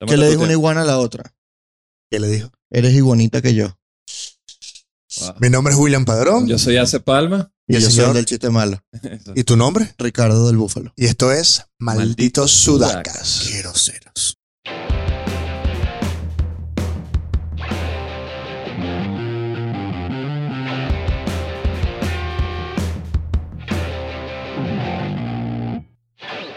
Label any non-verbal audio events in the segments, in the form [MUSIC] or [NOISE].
Dame ¿Qué la le dijo tuya. una iguana a la otra? ¿Qué le dijo? Eres iguanita que yo. Wow. Mi nombre es William Padrón. Yo soy Ace Palma. Y, ¿Y el yo soy señor? el del chiste malo. ¿Y tu nombre? Ricardo del Búfalo. Y esto es Malditos Malditos Sudacas. Quiero ceros.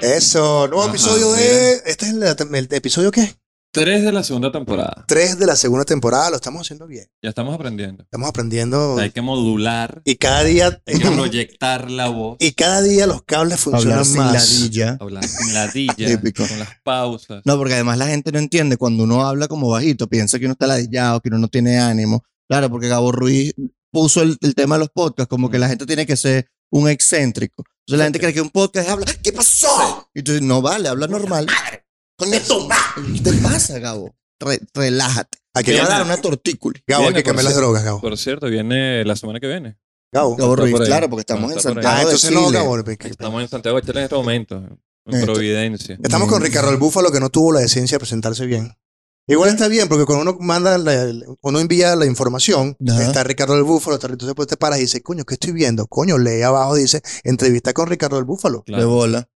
Eso, nuevo Ajá, episodio de... Este es el, el episodio qué? Tres de la segunda temporada. Tres de la segunda temporada, lo estamos haciendo bien. Ya estamos aprendiendo. Estamos aprendiendo Hay que modular, y cada día... [LAUGHS] hay que proyectar la voz, Y cada día los Hablar cables funcionan sin más. ladilla. hablar sin ladilla, Típico. con las pausas. No, porque además la gente no entiende cuando uno habla como bajito, piensa que uno está ladillado, que uno no tiene ánimo. Claro, porque Gabo Ruiz puso el, el tema de los podcasts como que la gente tiene que ser un excéntrico. Entonces la gente cree que un podcast habla, ¿qué pasó? Y tú dices, no vale, habla normal. Con esto, ¿qué te pasa, Gabo? Re- relájate. Aquí Te va a Gabo, dar una tortícula. Gabo, hay Viene, que por cambiar las cierto. drogas, Gabo. Por cierto, viene la semana que viene. Gabo. Gabo Está Ruiz, por ahí. claro, porque estamos No, en está por ahí. Santiago Ah, de entonces no, Chile. Gabo. pe- pe- Estamos en Santiago de Chile en este momento, en Esto. Providencia. Estamos con Ricardo el Búfalo que no tuvo la decencia de presentarse bien. Igual está bien, porque cuando uno manda, la- uno envía la información, Ajá. está Ricardo el Búfalo, está, entonces pues te paras y dices, coño, ¿qué estoy viendo? Coño, lee abajo, dice, entrevista con Ricardo el Búfalo, de Claro. bola.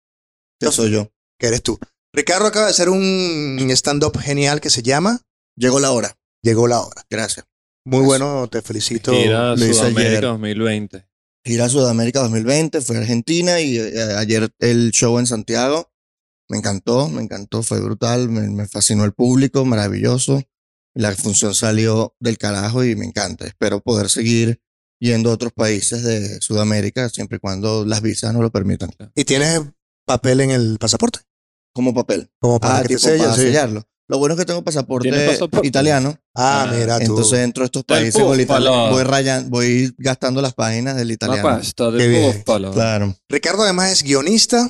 Eso soy yo. que eres tú. Ricardo acaba de hacer un stand-up genial que se llama Llegó la hora. Llegó la hora. Gracias. Muy bueno, te felicito. Gira lo hice ayer. Sudamérica 2020. Gira a Sudamérica 2020, fue a Argentina y eh, ayer el show en Santiago. Me encantó, me encantó, fue brutal, me, me fascinó el público, maravilloso. La función salió del carajo y me encanta. Espero poder seguir yendo a otros países de Sudamérica siempre y cuando las visas no lo permitan. Y tienes papel en el pasaporte, Como papel. como para Ah, que te tipo, sellen, para sí. sellarlo. Lo bueno es que tengo pasaporte, ¿Tienes pasaporte? italiano. Ah, Ah, mira tú. Entonces entro a estos Del países con el búfalo. italiano. Voy, rayan- voy gastando las páginas del La italiano. pasta Qué de bien. búfalo. Claro. Ricardo además es guionista,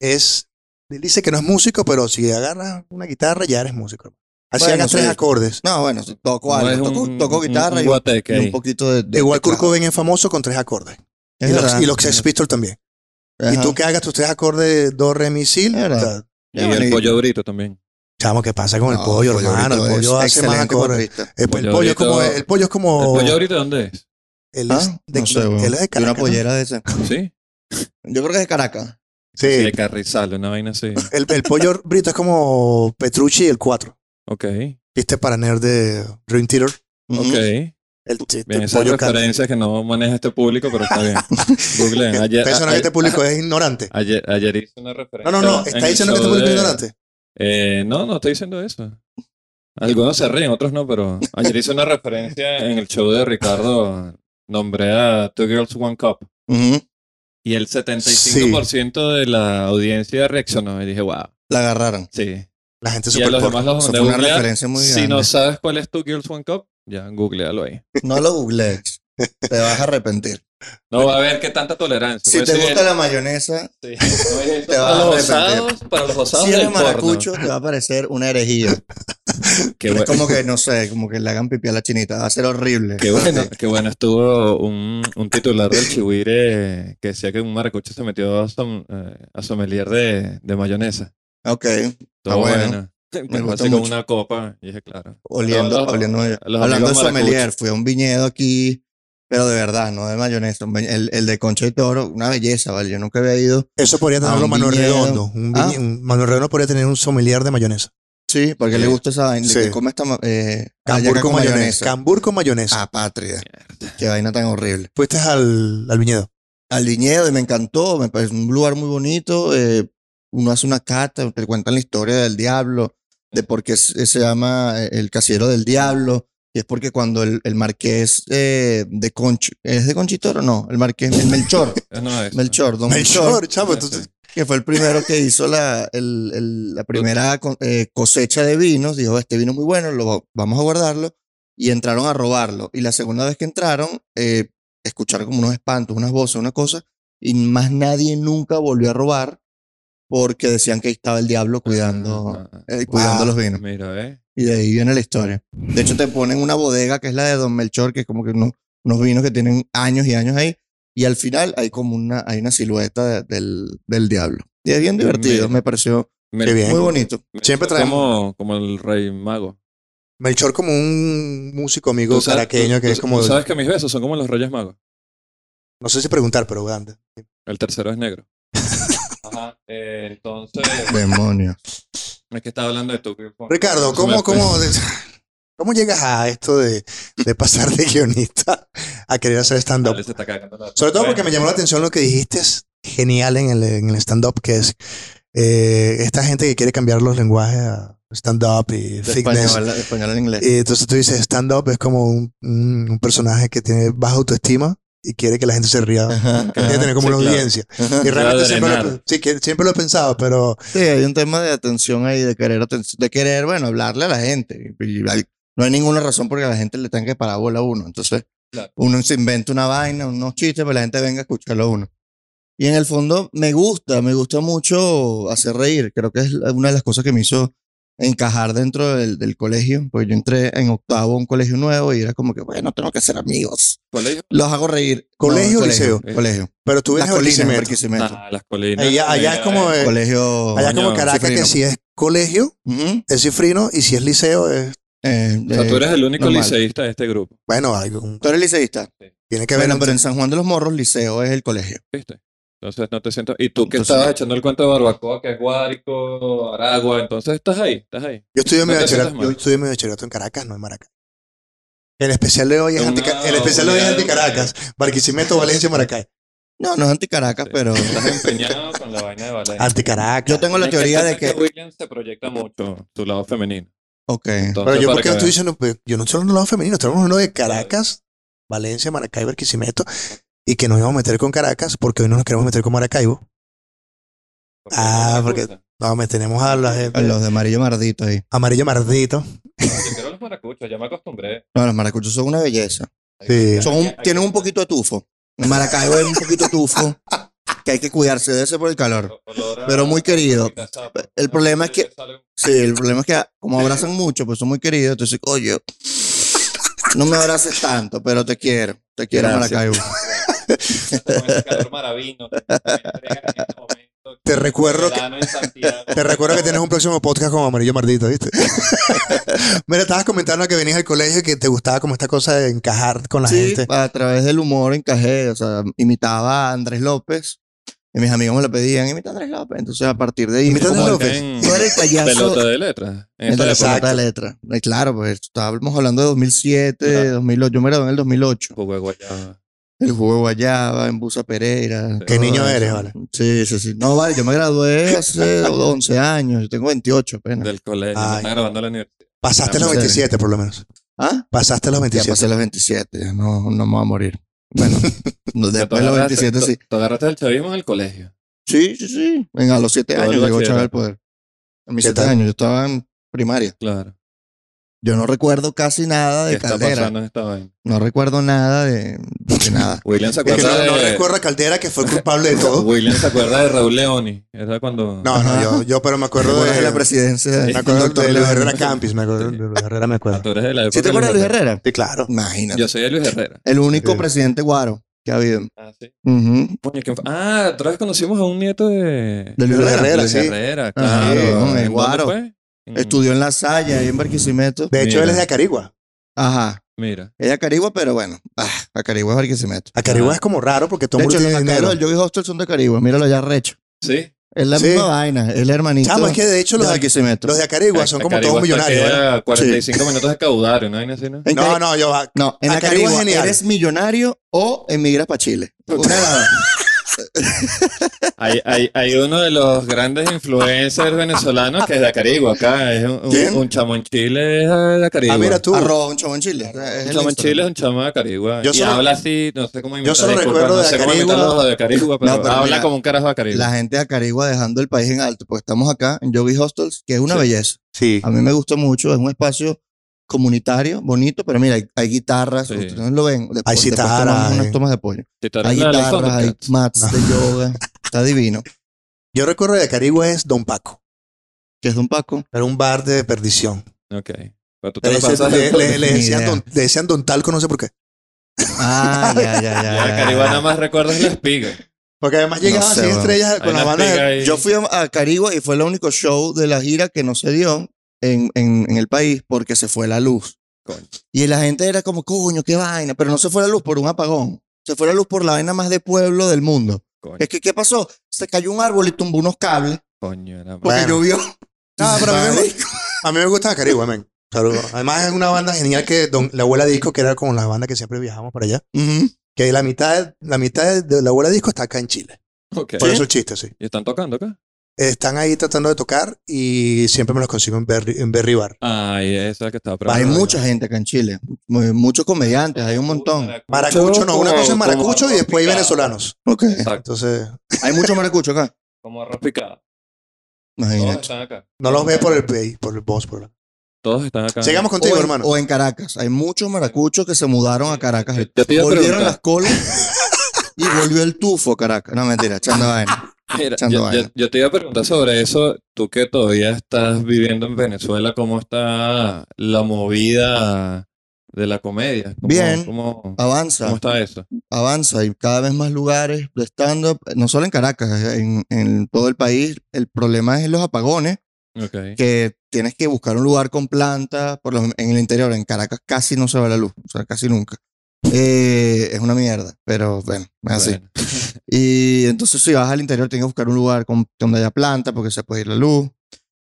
es, él dice que no es músico, pero si agarras una guitarra ya eres músico. Así Bueno, hagas sí. tres acordes. No, bueno, sí, toco No algo. es toco, un- toco un- guitarra un y, un- guateque y ahí. un poquito de. de Igual Kurt teclado. Cobain es famoso con tres acordes. Es y, los, verdad. y los Sex Pistols también. Ajá. Y tú que hagas tus tres acordes, do, re, mi, Es sil. o verdad. sea, Y el pollo brito también. Chamo, ¿qué pasa con el No, pollo, pollo hermano? El brito pollo es hace más excelente acordes. guitarrista. El, Pollo el pollo es como... brito- El pollo es Oh. como... ¿El pollo brito dónde es? él es Ah, de- no sé, güey. él es de Y una Caracas, ¿no? pollera de ese. ¿Sí? Yo creo que es de Caracas. Sí. De Carrizal, una vaina así. El, [LAUGHS] el pollo brito es como Petrucci y el 4. Ok, ¿Viste? Para nerd de Dream Theater. Ujú. ok. El, el Bien, esas pollo canta. referencias que no maneja este público, pero está [LAUGHS] bien. Googleen. Ayer, Pensando que ayer, este público es ignorante. ayer- ayer hice una No, referencia. no, no. eh, en Está el diciendo que este show público es de- ignorante. Eh, no, no estoy diciendo eso. Algunos se ríen, otros no, pero ayer hice una referencia en el show de Ricardo. Nombré a Two Girls One Cup. Ujú. Y el 75% de la audiencia reaccionó. Y dije, wow, La agarraron. sí. La gente Y a los super demás los Eso mandé fue a una googlear. referencia muy Si grande. no [LAUGHS] No, sabes cuál es Two Girls One Cup, ya, googlealo ahí. lo googlees. Te vas [LAUGHS] a arrepentir. No va a haber qué tanta tolerancia. pues Si porque te gusta la mayonesa, Sí, no es [LAUGHS] eso. Te para, vas a los arrepentir. osados, para los osados si eres del porno. maracucho, te va a parecer una herejía. Qué, bu- Es como que, no sé, como que le hagan pipí a la chinita. Va a ser horrible. [LAUGHS] qué bueno, qué bueno estuvo un, un titular del Chihuire que decía que un maracucho se metió a, som- eh, a sommelier de, de mayonesa. Ok. Todo Ah, bueno. bueno. Me gusta pasé con mucho. una copa y dije, claro. Oliendo, Todos los- oliendo. eh, los Hablando de amigos sommelier, maracuchos. fui a un viñedo aquí, pero de verdad, no de mayonesa. un vi- El, el de concha y toro, una belleza, ¿vale? Yo nunca había ido. Eso podría A tenerlo un Manuel viñedo. Redondo. Un Ah. viñe- un- Manuel Redondo podría tener un sommelier de mayonesa. Sí, porque le Sí. gusta esa vaina. Sí. Que come esta ma- eh, Cambur Ah, hallaca con con mayonesa. mayonesa. Cambur con mayonesa. Apátrida. Qué vaina tan horrible. Fuiste al, [LAUGHS] al viñedo. Al viñedo y me encantó. Me parece un lugar muy bonito. eh, uno hace una cata, te cuentan la historia del diablo, de por qué se se llama eh, el casillero del diablo. Y es porque cuando el, el marqués eh, de Conch... ¿Es de Conchitoro? No, el marqués... El Melchor. No, es- Melchor, don Melchor. Melchor, chavo. entonces- que fue el primero que hizo la, el- el- la primera co- eh, cosecha de vinos, dijo, este vino es muy bueno, lo, va- vamos a guardarlo, y entraron a robarlo. Y la segunda vez que entraron, eh, escucharon como unos espantos, unas voces, una cosa, y más nadie nunca volvió a robar porque decían que ahí estaba el diablo cuidando, Ah, eh, cuidando Wow. los vinos. Mira, ¿eh? Y de ahí viene la historia. De hecho, te ponen una bodega que es la de Don Melchor, que es como que uno- unos vinos que tienen años y años ahí. Y al final hay como una, hay una silueta de- del, del diablo. Y es bien Mira. divertido, me pareció Mel- Qué bien. Muy bonito. [LAUGHS] [LAUGHS] Melchor Siempre traemos- Como, como el rey mago. Melchor como un músico amigo Tú sabes- caraqueño que tú- es como... tú sabes que mis besos son como los reyes magos. No sé si preguntar, pero anda. El tercero es negro. Ajá. eh, entonces, Demonios. es que estaba hablando de tu Ricardo, ¿cómo, [LAUGHS] cómo, [LAUGHS] ¿cómo llegas a esto de, de pasar de guionista a querer hacer stand-up? Dale, se está cagando la- Sobre todo porque me llamó la atención lo que dijiste, es genial en el, en el stand-up, que es eh, esta gente que quiere cambiar los lenguajes a stand-up y De fitness. español, de español al inglés. Y entonces tú dices, stand-up es como un, un- un personaje que tiene baja autoestima y quiere que la gente se ría. Ajá, Quiere ajá, tener como Sí, una claro. audiencia. ajá. Y Claro, realmente siempre lo, drenar. sí, que siempre lo he pensado, pero Sí, hay un tema de atención ahí, de querer, aten- de querer bueno, hablarle a la gente. Y- y al- no hay ninguna razón porque la gente le tenga que parar bola a uno. Entonces, Claro. uno se inventa una vaina, unos chistes, para la gente venga a escucharlo a uno. Y en el fondo, me gusta, me gusta mucho hacer reír. Creo que es la- una de las cosas que me hizo encajar dentro del, del colegio. Porque yo entré en octavo a un colegio nuevo y era como que, bueno, tengo que ser amigos. ¿Colegio? Los hago reír. ¿Colegio o liceo? Colegio. pero tú Las vienes a colinas, en Barquisimeto. Barquisimeto. Nah, Ah, las colinas. Allá, allá es como, eh, Colegio. allá es como coño, Caracas, que Cifrino. si es colegio, Ujú. es cifrino, y si es liceo, es, Eh, O sea, tú eh, eres el único normal. liceísta de este grupo, bueno, algo, Tú eres liceísta. tiene que ver. Bueno, pero en San Juan de los Morros, liceo es el colegio. ¿viste? Entonces no te siento. Y tú que Entonces, estabas no. echando el cuento de Barbacoa, que es Guárico, Aragua, entonces estás ahí, estás ahí. Yo estudié mi No te sientas bachillerato, mal. yo estudié mi bachillerato en Caracas, no en Maracay. El especial de hoy es Una anti, el especial de hoy es unidad de anti Caracas, Barquisimeto, [LAUGHS] Valencia, Maracay. No, no es anticaracas, Sí. pero Estás [LAUGHS] empeñado con la vaina de Valencia. Anti Caracas. yo tengo la Es que teoría siento de que... que Williams se proyecta mucho su lado femenino. Ok. Entonces, Pero yo para por qué que estoy veas. diciendo, pues, yo no solo en el lado femenino, tenemos uno de Caracas, Valencia, Maracay, Barquisimeto y que nos íbamos a meter con Caracas porque hoy no nos queremos meter con Maracaibo. Porque Ah, no me porque- gusta. No, me tenemos a la A gente Los de amarillo mardito ahí. amarillo mardito. Yo quiero los maracuchos, ya me acostumbré. No, los maracuchos son una belleza. Sí. Son un- tienen un poquito de tufo. En Maracaibo hay un poquito de [LAUGHS] tufo que hay que cuidarse de ese por el calor. pero muy querido. El problema es que- Sí, el problema es que ah, como abrazan mucho, pues son muy queridos, entonces, oye, no me abraces tanto, pero te quiero. Te quiero, Gracias. Maracaibo. Con ese calor maravino que me entregan en este momento. Te recuerdo que Verano en Santiago. Te recuerdo que tienes un próximo podcast con Amarillo [LAUGHS] Mardito, ¿viste? [LAUGHS] Mira, estabas comentando que venías al colegio y que te gustaba como esta cosa de encajar con la sí, gente. a través del humor encajé, o sea, imitaba a Andrés López y mis amigos me lo pedían, imita a Andrés López. Entonces, a partir de ahí, Imita a Andrés como López. En no era el payaso, pelota de letras. En en esa la época pelota de letra. Y claro, pues estábamos hablando de 2007, Claro. 2008, yo me gradué en el 2008. jugué guayaba. El juego de Guayaba, en Busa Pereira. Qué todo niño eso. eres, vale. Sí, sí, sí. No, vale, yo me gradué [LAUGHS] hace 11 años, yo tengo 28 apenas. Del colegio. Ay. Me están grabando la universidad. Pasaste los Sí. 27, por lo menos. ¿Ah? Pasaste los pues, Ya 27. pasé los 27, ya no, no me voy a morir. [LAUGHS] Bueno, después de los 27 sí. Te agarraste el chavismo en el colegio. Sí, sí, sí. Venga, a los siete Todo el años llegó Chávez al bachillerato. poder. A mis ¿Qué siete tal? años, yo estaba en primaria. Claro. Yo no recuerdo casi nada ¿Qué Ah, de está Caldera. pasando en esta vaina? No recuerdo nada de, [LAUGHS] de nada. William se pues, Es que acuerda no, no de... recuerdo a Caldera que fue culpable de todo. William se acuerda de Raúl Leoni. Era cuando... No, no, yo, yo pero me acuerdo ¿Recuerdas de, de la presidencia me acuerdo doctor de Luis León? Herrera Campis. Me acuerdo de Luis Herrera, me acuerdo. Ah, Tú eres de la época ¿Sí te acuerdas de Luis Herrera? Sí, claro. Imagínate. Yo soy de Luis Herrera. El único Sí. Pues, presidente guaro que ha habido. Ah, sí. Ujú. Coño, ¿quién fue? Ah, otra vez conocimos a un nieto de... De Luis Luis Herrera. Herrera. Luis sí. Herrera, Ajá, claro. sí, ¿En hombre, dónde guaro. fue? En- Estudió en La Salle, ahí en Barquisimeto. De hecho, Mira. él es de Acarigua. Ajá. Mira. Ella Carigua, pero bueno. Ah, Acarigua es Barquisimeto. Acarigua Ah. es como raro porque todo De el mundo hecho, tiene los dinero. acá del Yogi Hostel son de Carigua. Míralo ya recho. Sí. Es la Sí. misma vaina. Es el hermanito. Chamo, es que de hecho de los de, Barquisimeto. los de Acarigua son como todos millonarios. ¿eh? ¿verdad? A 45 minutos de caudar, ¿no? Vaina así, ¿no? En No, Cari- no, yo va. No, en Acarigua Acarigua, es genial. eres millonario o emigras para Chile. Una de las [LAUGHS] dos. Hay, hay, hay uno de los grandes influencers venezolanos que es de Acarigua, acá. Es un, ¿Quién? un, un chamo en Chile es de Acarigua. Ah, mira tú. Arroz, un chamo en Chile. Es un el chamo en Instagram. Chile es un chamo de Acarigua. Yo y solo- habla así, no sé cómo imitar. solo disculpa, recuerdo no de sé cómo Acarigua- imitar los de Acarigua, pero, No, pero habla mira, como un carajo de Acarigua. La gente de Acarigua dejando el país en alto, pues estamos acá en Yogi Hostels, que es una Sí. belleza. Sí. A mí me gusta mucho, es un espacio comunitario, bonito, pero mira, hay, hay guitarras, Sí. ustedes lo ven. Después, Hay después citaras, tomamos hay- unas tomas de apoyo. Si te Hay arregla la guitarras, hay Thundercat. mats de yoga, está divino. Yo recuerdo de Acarigua es Don Paco. Que es de un Paco. [LAUGHS] Era un bar de perdición. Ok. Pero tú te Le, lo pasas le- le- le Ni decían idea. don, le decían don Talco, no sé por qué. Ah, ya, ya, ya. Yo de ya, Acarigua ya. nada más recuerdas la espiga. Porque además llegaban sé, así weón. estrellas con la banda. de- Yo fui a, a Carigua y fue el único show de la gira que no se dio en, en- en el país porque se fue la luz. Coño. Y la gente era como, coño, qué vaina. Pero no se fue la luz por un apagón. Se fue la luz por la vaina más de pueblo del mundo. [LAUGHS] Coño. Es que, ¿qué pasó? Se cayó un árbol y tumbó unos cables Coño, era porque Bueno. llovió. [LAUGHS] Ah, pero a mí, me- Marico. a mí me gusta Carigua, men. Saludos. Además es una banda genial que don- la abuela disco, que era como la banda que siempre viajamos para allá, Ujú. que la mitad, la mitad de la abuela disco está acá en Chile. Ok. Por eso el chiste, sí. ¿Y están tocando acá? Están ahí tratando de tocar y siempre me los consigo en Berry, en Berry Bar. Ay, esa que estaba Hay preguntando. mucha gente acá en Chile. Mu- Muchos comediantes, hay un montón. Maracucho, no, como- una cosa es como maracucho y arroz después hay picado. venezolanos. Ok. Entonces, Hay muchos maracuchos acá. Como arroz picado. Todos Imagínate. están acá. no los ve por el pay, por el boss, por la- Todos están acá. Sigamos contigo, o en, hermano. o en Caracas. Hay muchos maracuchos que se mudaron a Caracas. Yo te iba a Volvieron las preguntar. colas y volvió el tufo a Caracas. No, mentira, echando vaina. [LAUGHS] Mira, echando yo, yo- vaina. yo te iba a preguntar sobre eso. Tú que todavía estás viviendo en Venezuela, ¿cómo está la movida de la comedia? ¿Cómo- Bien. ¿Cómo, Avanza, cómo está eso? avanza. Y cada vez más lugares de stand-up, no solo en Caracas, en, en todo el país. El problema es los apagones, Ok. que tienes que buscar un lugar con planta. Por lo- en el interior, en Caracas casi no se va la luz, o sea, casi nunca. Eh, es una mierda, pero bueno, es así. Bueno. Y entonces si vas al interior tienes que buscar un lugar con, donde haya planta porque se puede ir la luz.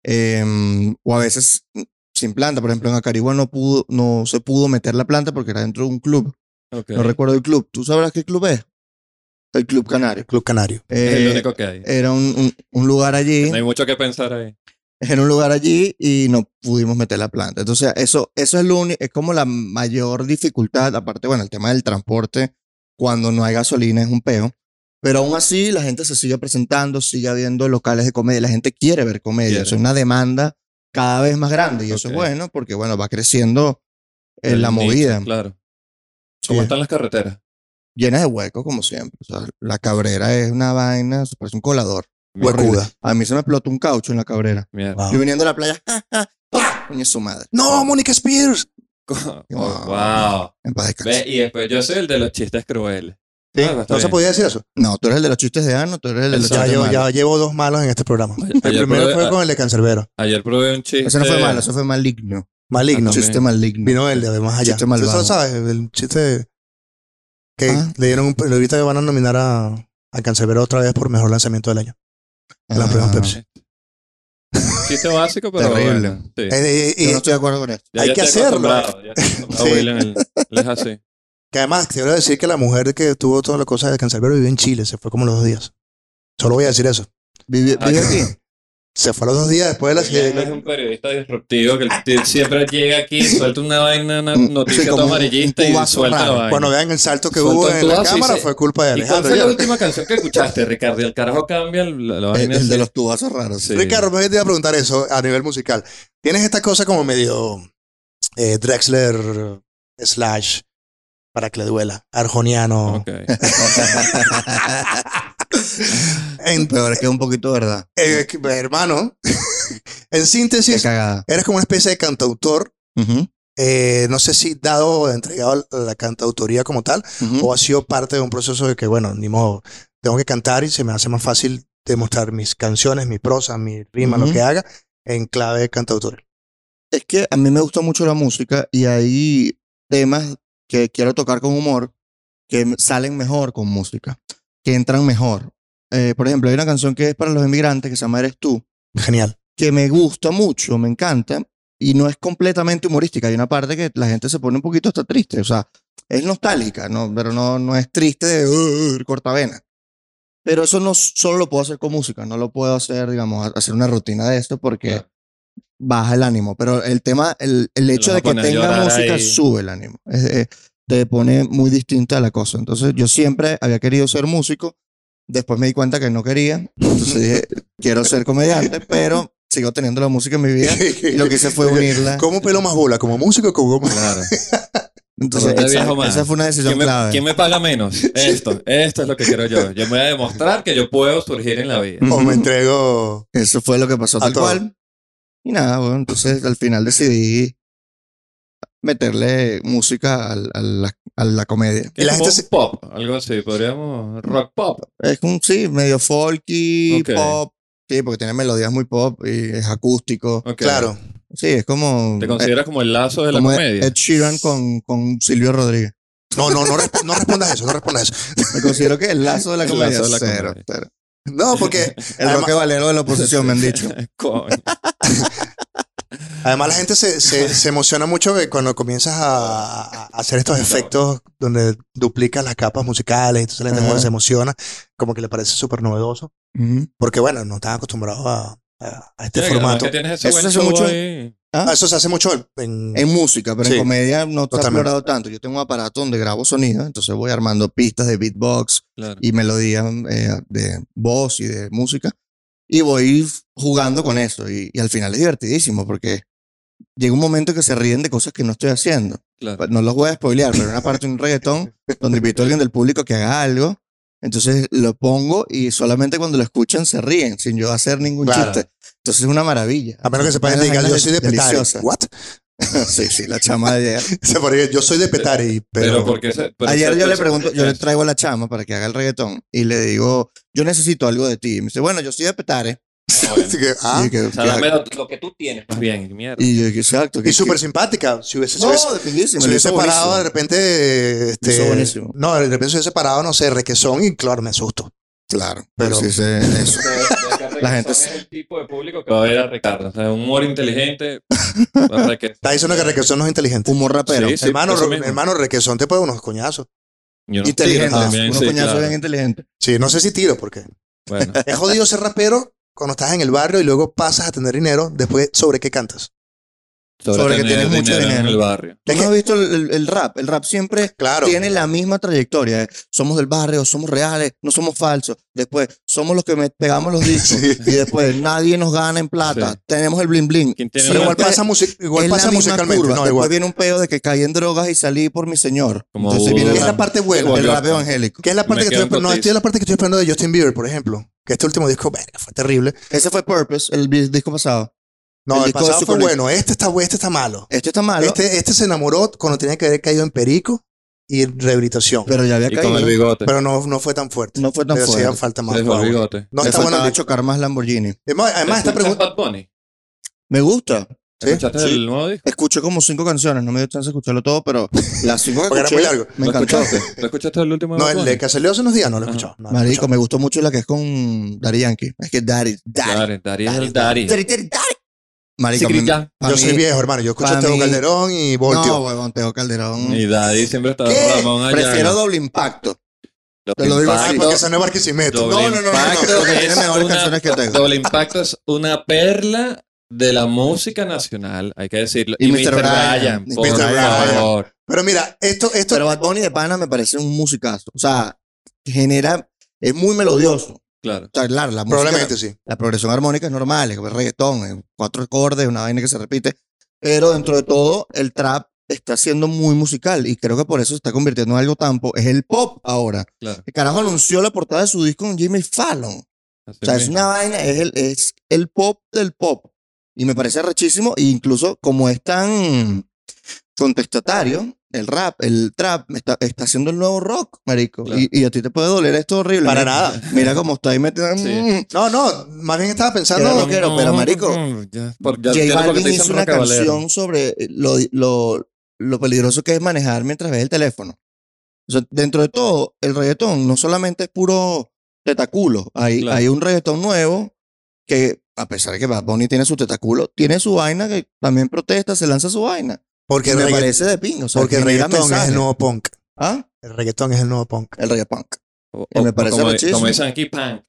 Em, o a veces mm, sin planta. Por ejemplo, en Acarigua no, pudo, no se pudo meter la planta porque era dentro de un club. Ok. No recuerdo el club. ¿Tú sabrás qué club es? El Club Canario. Club Canario. Es el Eh, único que hay. Era un, un- un lugar allí. No hay mucho que pensar ahí. Era un lugar allí y no pudimos meter la planta. Entonces, eso, eso es, lo uni- es como la mayor dificultad. Aparte, bueno, el tema del transporte cuando no hay gasolina es un peo. Pero aún así, la gente se sigue presentando, sigue habiendo locales de comedia. La gente quiere ver comedia. Quiere. Eso es una demanda cada vez más grande. Y eso es Ok. bueno porque, bueno, va creciendo eh, la El nicho, movida. Claro. Sí, ¿Cómo están las carreteras? Llenas de huecos, como siempre. O sea, la cabrera es una vaina, parece un colador. Huecuda. A mí se me explotó un caucho en la cabrera. Mierda. Wow. Yo viniendo a la playa, ¡ja, ja! ¡pah! Coño, su madre. No, Mónica Spears. [LAUGHS] Co- Wow. wow. En paz descanse. Oh, Ve, y después yo soy el de los chistes [LAUGHS] crueles. Sí, Ah, está no se bien. podía decir eso. No, tú eres el de los chistes de Ano, tú eres el de El los Ya, Bastante chistes llevo- de ya llevo dos malos en este programa. Ayer ah, El probé- primero fue con el de Cancerbero. Ayer probé un chiste. Eso no fue malo, eso fue maligno. Maligno. Ah, sí. Chiste maligno. Vino el de además allá. Chiste malvado. Eso sabes, el chiste que Ah. le dieron un, lo ahorita que van a nominar a, a Cancerbero otra vez por mejor lanzamiento del año. la prueba Pepsi. Ah. Chiste básico, pero. Terrible. bueno, sí. Eh, eh, eh, Yo no estoy de acuerdo con esto. Ya- hay ya que estoy hacerlo. acostumbrado, ya [LAUGHS] estoy acostumbrado, Sí. William, él- él es así. que además quiero decir que la mujer que tuvo todas las cosas de Cancerbero vivió en Chile, se fue como los dos días. Solo voy a decir eso. Vive, Ah, vive qué- aquí. Se fue a los dos días después de la William es un periodista disruptivo que t- siempre llega aquí, suelta una vaina, una Ah, Mm, noticia sí, como toda un- amarillista un y cubazo suelta raro. vaina. Ah, Cuando vean el salto que Soltó hubo el en la tubazo y cámara se- fue culpa de ¿Y cuál Alejandro. fue la ya. última canción que escuchaste, Ricardo? Y el carajo cambia la, la El, vaina. Eh, el de así. los tubazos raros. [LAUGHS] Sí. Ricardo, me te iba a preguntar eso a nivel musical. Tienes esta cosa como medio eh, Drexler slash para que le duela, arjoniano. Ok. En- Pero es que es un poquito verdad. eh, que- hermano, [LAUGHS] en Qué síntesis, cagada. eres como una especie de cantautor, Ujú, eh, no sé si dado o entregado a la cantautoría como tal, ujú. o ha sido parte de un proceso de que, bueno, ni modo, tengo que cantar y se me hace más fácil demostrar mis canciones, mi prosa, mi rima, lo Ujú. que haga, en clave cantautor. Es que a mí me gusta mucho la música y hay temas que quiero tocar con humor que m- salen mejor con música, que entran mejor. Eh, por ejemplo, hay una canción que es para los inmigrantes que se llama Eres tú. Genial. que me gusta mucho, me encanta, y no es completamente humorística. Hay una parte que la gente se pone un poquito hasta triste, o sea, es nostálgica, ¿no? pero no, no es triste de "Ur, cortavena. Pero eso no solo lo puedo hacer con música, no lo puedo hacer, digamos, ha- hacer una rutina de esto porque Claro. baja el ánimo. Pero el tema, el, el hecho vas de a que poner a tenga llorar música ahí. sube el ánimo. Es- eh, te pone muy distinta la cosa. Entonces yo siempre había querido ser músico, después me di cuenta que no quería, entonces dije, quiero ser comediante, pero sigo teniendo la música en mi vida y lo que hice fue unirla. [LAUGHS] ¿Cómo pelo más bola? ¿Como músico o como Claro. Entonces, Pero te esa, viejo más. esa fue una decisión ¿Quién me, clave. quién me paga [LAUGHS] menos? Esto. Esto es lo que quiero yo. Yo me voy a demostrar que yo puedo surgir en la vida. o Ujú. [LAUGHS] me entrego? Eso fue lo que pasó A tal todo. cual. Y nada, bueno, entonces al final decidí meterle música al- a la, a la comedia. ¿Qué Y la es gente pop, se- pop, algo así, podríamos rock pop. Es un, sí, medio folky, Ok. pop. Sí, porque tiene melodías muy pop y es acústico. Ok. Claro. Sí, es como... ¿Te consideras como el lazo de la como Ed- comedia? Ed Sheeran con, con Silvio Rodríguez. No, no, no, resp- no respondas eso, no respondas eso. Me considero que el lazo de la El comedia. lazo de la cero, comedia. cero. No, porque El Además- Roque Valero de la oposición, me han dicho. Coño. además la gente se, se- se emociona mucho que cuando comienzas a, a hacer estos efectos donde duplicas las capas musicales, entonces la gente Ajá. joven se emociona, como que le parece súper novedoso. Ujú. Porque bueno, no están acostumbrados a, a- a este Sí, además formato. que tienes ese Eso buen hace show mucho- ahí. Ah, Eso se hace mucho en- en- En música, pero Sí. en comedia no está Totalmente. explorado tanto. Yo tengo un aparato donde grabo sonido, entonces voy armando pistas de beatbox Claro. y melodías eh, de voz y de música y voy jugando con eso. Y, y al final es divertidísimo porque llega un momento que se ríen de cosas que no estoy haciendo. claro. No los voy a spoilear, pero hay una parte de un reggaetón [LAUGHS] donde invito a alguien del público que haga algo. Entonces lo pongo y solamente cuando lo escuchan se ríen, sin yo hacer ningún Claro. chiste. Entonces es una maravilla. A menos que se Una paren las y digan, yo vainas soy de Petare. deliciosas. ¿What? [LAUGHS] sí, sí, la chama de ayer. Se pone, yo soy de Petare, Pero, pero... porque ese- pero Ayer ese- yo le ese- pregunto, yo le ese- traigo a la chama para que haga el reggaetón y le digo, yo necesito algo de ti. Y me dice, bueno, yo soy de Petare. Ah, bueno. [LAUGHS] Así que, ah, Y, yo, que- O sea, dame lo, lo que tú tienes más bien, mierda. y yo, que- exacto. que- y súper que- simpática. Si hubiese, si No, hubiese- lindísimo, se lo hubiese hizo parado buenísimo. de repente. Este, Eso buenísimo. No, de repente se hubiese parado, no sé, requesón y claro, me asusto. Claro, Pero- pero sí, [LAUGHS] se- eso. la La gente es el tipo de público que va a ver a Ricardo. O sea, un humor [LAUGHS] inteligente. Está diciendo que requesón no es inteligente. Humor rapero. Sí, sí, hermano, eso Ro- mismo. hermano, requesón te puede unos coñazos. inteligente. También, unos sí, coñazos claro. bien inteligentes. Sí, no sé si tiro, porque [LAUGHS] Bueno, es jodido ser rapero cuando estás en el barrio y luego pasas a tener dinero. Después, ¿sobre qué cantas? sobre, Sobre que tener tienes mucho en dinero. el barrio. ¿Tú Es no que- has visto el, el- el rap? El rap siempre Claro. tiene la misma trayectoria. eh. Somos del barrio, somos reales, no somos falsos. Después, somos los que me- pegamos los discos. [LAUGHS] Sí. Y después, nadie nos gana en plata. Sí. Tenemos el bling bling. ¿Quién tiene Pero igual Siempre- pasa, music- igual es pasa la misma musicalmente. curva. No, Después igual. viene un pedo de que caí en drogas y salí por mi señor. Como Entonces Hugo- viene ¿Qué el es la rap, parte buena? Como el yo- rap evangélico. ¿Qué es la Me parte que quedo estoy, en no, Cotiz. esta es la parte que estoy esperando de Justin Bieber, por ejemplo. Que este último disco, verga, fue terrible. Ese fue Purpose, el vi- disco pasado. No, El el, disco de pasado fue Super League. bueno. Este está, bu- este está malo. Este está malo, Este, este se enamoró cuando tenía que haber caído en perico y en rehabilitación. Pero, pero ya había Y con el caído. bigote. no, no fue tan fuerte. No fue tan pero fuerte. sí falta más. Se dejó el power. bigote. No Le está bueno. el faltaba disco. chocar más Lamborghini. Además, además ¿Te esta escuchas pregunta. Bad Bunny? Me gusta. Sí, ¿Escuchaste sí. el nuevo disco? Escuché como cinco canciones, no me dio chance de escucharlo todo, pero las cinco que Porque era muy escuché largo. me ¿Lo encantó. escuchaste? ¿Lo escuchaste el último de No, Bad el Bunny? de que salió hace unos días no lo escuchó. No, lo Marico, escuchó. me gustó mucho la que es con Daddy Yankee. Es que Daddy, Daddy, Dari, Dari es el Dari. Daddy, Daddy, Daddy. Marico, Sí, me- grita. pa' Yo mí- soy viejo, hermano. Yo escucho pa' Teo mí- Calderón y No, Voltio. huevón, Teo Calderón. Y Dari siempre está ¿Qué? Ramón allá. Prefiero doble impacto. te lo digo Ah, así, porque esa no es Barquisimeto. Doble No, no, no, no, no, impacto porque tiene es mejores una- canciones que Tego. Doble Impacto es una perla de la música nacional, hay que decirlo. Y, Y Mr. Mr. Bryan, Bryan, por Mr. Bryan. favor. Pero mira, esto, esto, Pero Bad Bunny de pana me parece un musicazo. O sea, genera... Es muy melodioso. O Claro. sea, la, la música- probablemente sí. la progresión armónica es normal, es reggaetón, es cuatro acordes, una vaina que se repite. Pero dentro de todo, el trap está siendo muy musical y creo que por eso se está convirtiendo en algo tan pop. Es el pop ahora. Claro. El carajo anunció la portada de su disco con Jimmy Fallon. así O sea, es mismo. una vaina, es el, es el pop del pop. Y me parece rechísimo, e incluso como es tan contestatario, el rap, el trap, está, está haciendo el nuevo rock, marico. Claro. Y, y a ti te puede doler esto horrible. Para Mira- nada. Mira cómo está ahí metiendo... Sí. No, no, más bien estaba Era pensando. lo que- rockero, pero, marico, mm, Ya, por- ya J entiendo por qué Balvin te dicen hizo una rock habanero. canción sobre eh, lo, lo, lo peligroso que es manejar mientras ves el teléfono. O sea, dentro de todo, el reggaetón no solamente es puro tetaculo. Hay, Claro. hay un reggaetón nuevo que, a pesar de que Bad Bunny tiene su tetaculo, tiene su vaina que también protesta, se lanza su vaina. Porque, Que me el regga- parece de pingo. O sea, porque el genera reggaetón es mensaje. el nuevo punk. ¿Ah? El reggaetón es el nuevo punk. El reggaetón. O- que o- me o parece como, rechísimo. como dicen aquí, punk.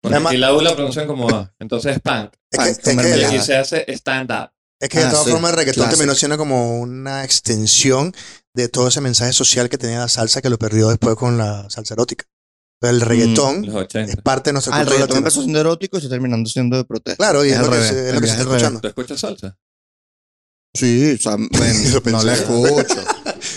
Porque Además- aquí la U la pronuncian como A, entonces es punk. Es que, Ah, es que- Y Ya. aquí se hace stand-up. es que de Ah, todas sí. formas el reggaetón Classic. terminó siendo como una extensión de todo ese mensaje social que tenía la salsa que lo perdió después con la salsa erótica. Entonces, el reggaetón Los es 80. parte de nuestra Mm, Ah, el cultura reggaetón latina. empezó siendo erótico y está terminando siendo de protesta. Claro, y es, Es lo al que, revés, se, es el lo que se viaje está al revés. escuchando. ¿Tú escuchas salsa? Sí, o sea, me- Lo pensé. no la escucho.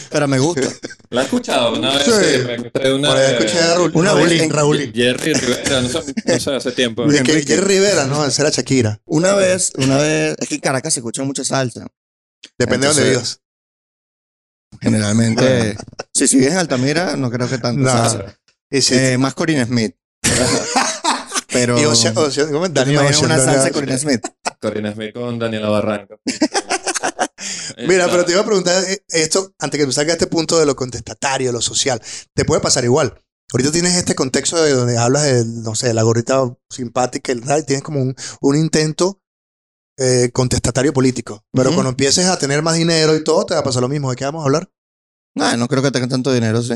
pero me gusta. ¿La has escuchado una vez? Sí. Me encontré una Por ahí escuché a Raúl. Una Raúlín, vez en- Raúlín. Jerry Rivera, no sé, no sé, hace tiempo. Es Luis que Enrique. Jerry Rivera, ¿no? Esa era Shakira. Una vez, una vez, es que en Caracas se escucha mucha salsa. Depende de Entonces- donde vivas. Generalmente, si sigues en Altamira, no creo que tanto. No. o sea, Y si- eh, más Corinne Smith. Pero. y Ocean- Ocean- ¿cómo es? ¿tú te Daniel imaginas Ocean, una Daniel salsa de Ocean. Corinne Smith. Corina Smith con Daniela Barranco. Mira, pero te iba a preguntar eh, esto, antes que tú salgas a este punto de lo contestatario, lo social, te puede pasar igual. Ahorita tienes este contexto de donde hablas de, no sé, la gorrita simpática y tal, y tienes como un, un intento eh, contestatario político. Pero Ujú. cuando empieces a tener más dinero y todo, te va a pasar lo mismo. ¿De qué vamos a hablar? No, no creo que tengan tanto dinero, sí.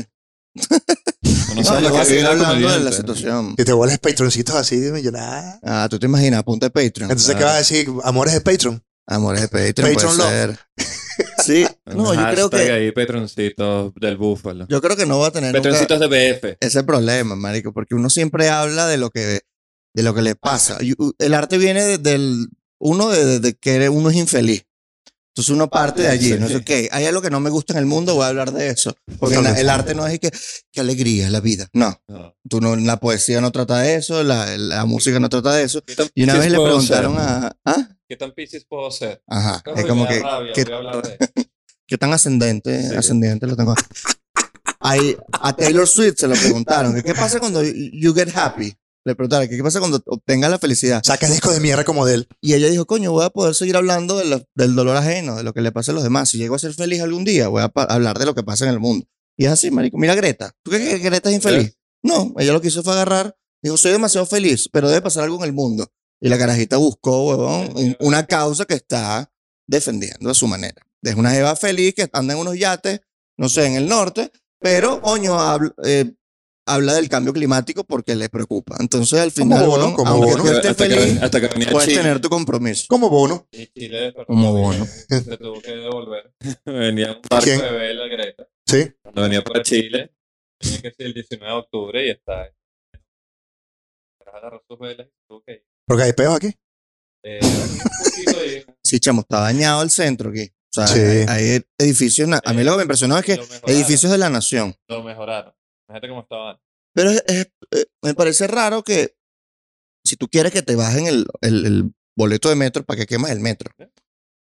No sabes No, yo lo voy a que seguir vive el hablando de la comediante. situación. Y te vuelves patroncitos así de millonada. Ah, tú te imaginas, apunta de Patreon. Entonces, ¿qué Claro. vas a decir? Amores de Patreon. Amores de Patreon, Patreon puede ser. Sí, no, yo creo Hashtag que ahí, Petroncitos del Búfalo. yo creo que no va a tener nunca Petroncitos de BF. ese problema, marico, porque uno siempre habla de lo que de lo que le pasa. Y, u- El arte viene de- del uno de, de- de que uno es infeliz. Entonces uno parte de allí, Sí. no sé qué. Hay algo que no me gusta en el mundo, voy a hablar de eso. Porque Totalmente. la- el arte no es que qué alegría es la vida. No, No. tú no, la poesía no trata de eso, la, la música no trata de eso. ¿Qué tan Y una piscis vez le puedo preguntaron ser? a, ¿ah? ¿Qué tan piscis puedo ser? Ajá, Ay, es como me da que rabia, que- voy a hablar de- ¿Qué tan ascendente, Sí. ascendente lo tengo? Ahí, a Taylor Swift se lo preguntaron. que ¿Qué pasa cuando you get happy? Le preguntaron, que ¿qué pasa cuando obtengas la felicidad? Sacas discos de mierda como de él. Y ella dijo, coño, voy a poder seguir hablando de lo- del dolor ajeno, de lo que le pasa a los demás. Si llego a ser feliz algún día, voy a pa- hablar de lo que pasa en el mundo. Y es así, marico. Mira a Greta. ¿Tú crees que Greta es infeliz? No, ella lo que hizo fue agarrar. Dijo, soy demasiado feliz, pero debe pasar algo en el mundo. Y la carajita buscó, huevón, un- una causa que está defendiendo a su manera. Es una jeva feliz que anda en unos yates, no sé, en el norte, pero, coño, habl- eh, habla del cambio climático porque le preocupa. Entonces, al final, Bono, huevón, como aunque Bono. tú estés hasta, feliz, que, hasta que venía puedes Chile. tener tu compromiso. Como bono. Y Chile Como bueno. Bono. [LAUGHS] Se tuvo que devolver. [LAUGHS] Venía un barco ¿Quién? de vela Greta. Sí. Cuando venía para Chile, tenía que ser el 19 de octubre y está. Agarró sus velas y tuvo que ir. Porque hay peos aquí. [LAUGHS] Eh, un poquito ahí, Sí, chamo, está dañado el centro aquí. O sea, Sí. hay, hay edificios. na- A mí lo que me impresionó es que eh, lo mejoraron, edificios de la nación. Lo mejoraron. Imagínate cómo estaban. Pero es- es- eh, me parece raro que si tú quieres que te bajen el, el- el boleto de metro, ¿para qué quemas el metro?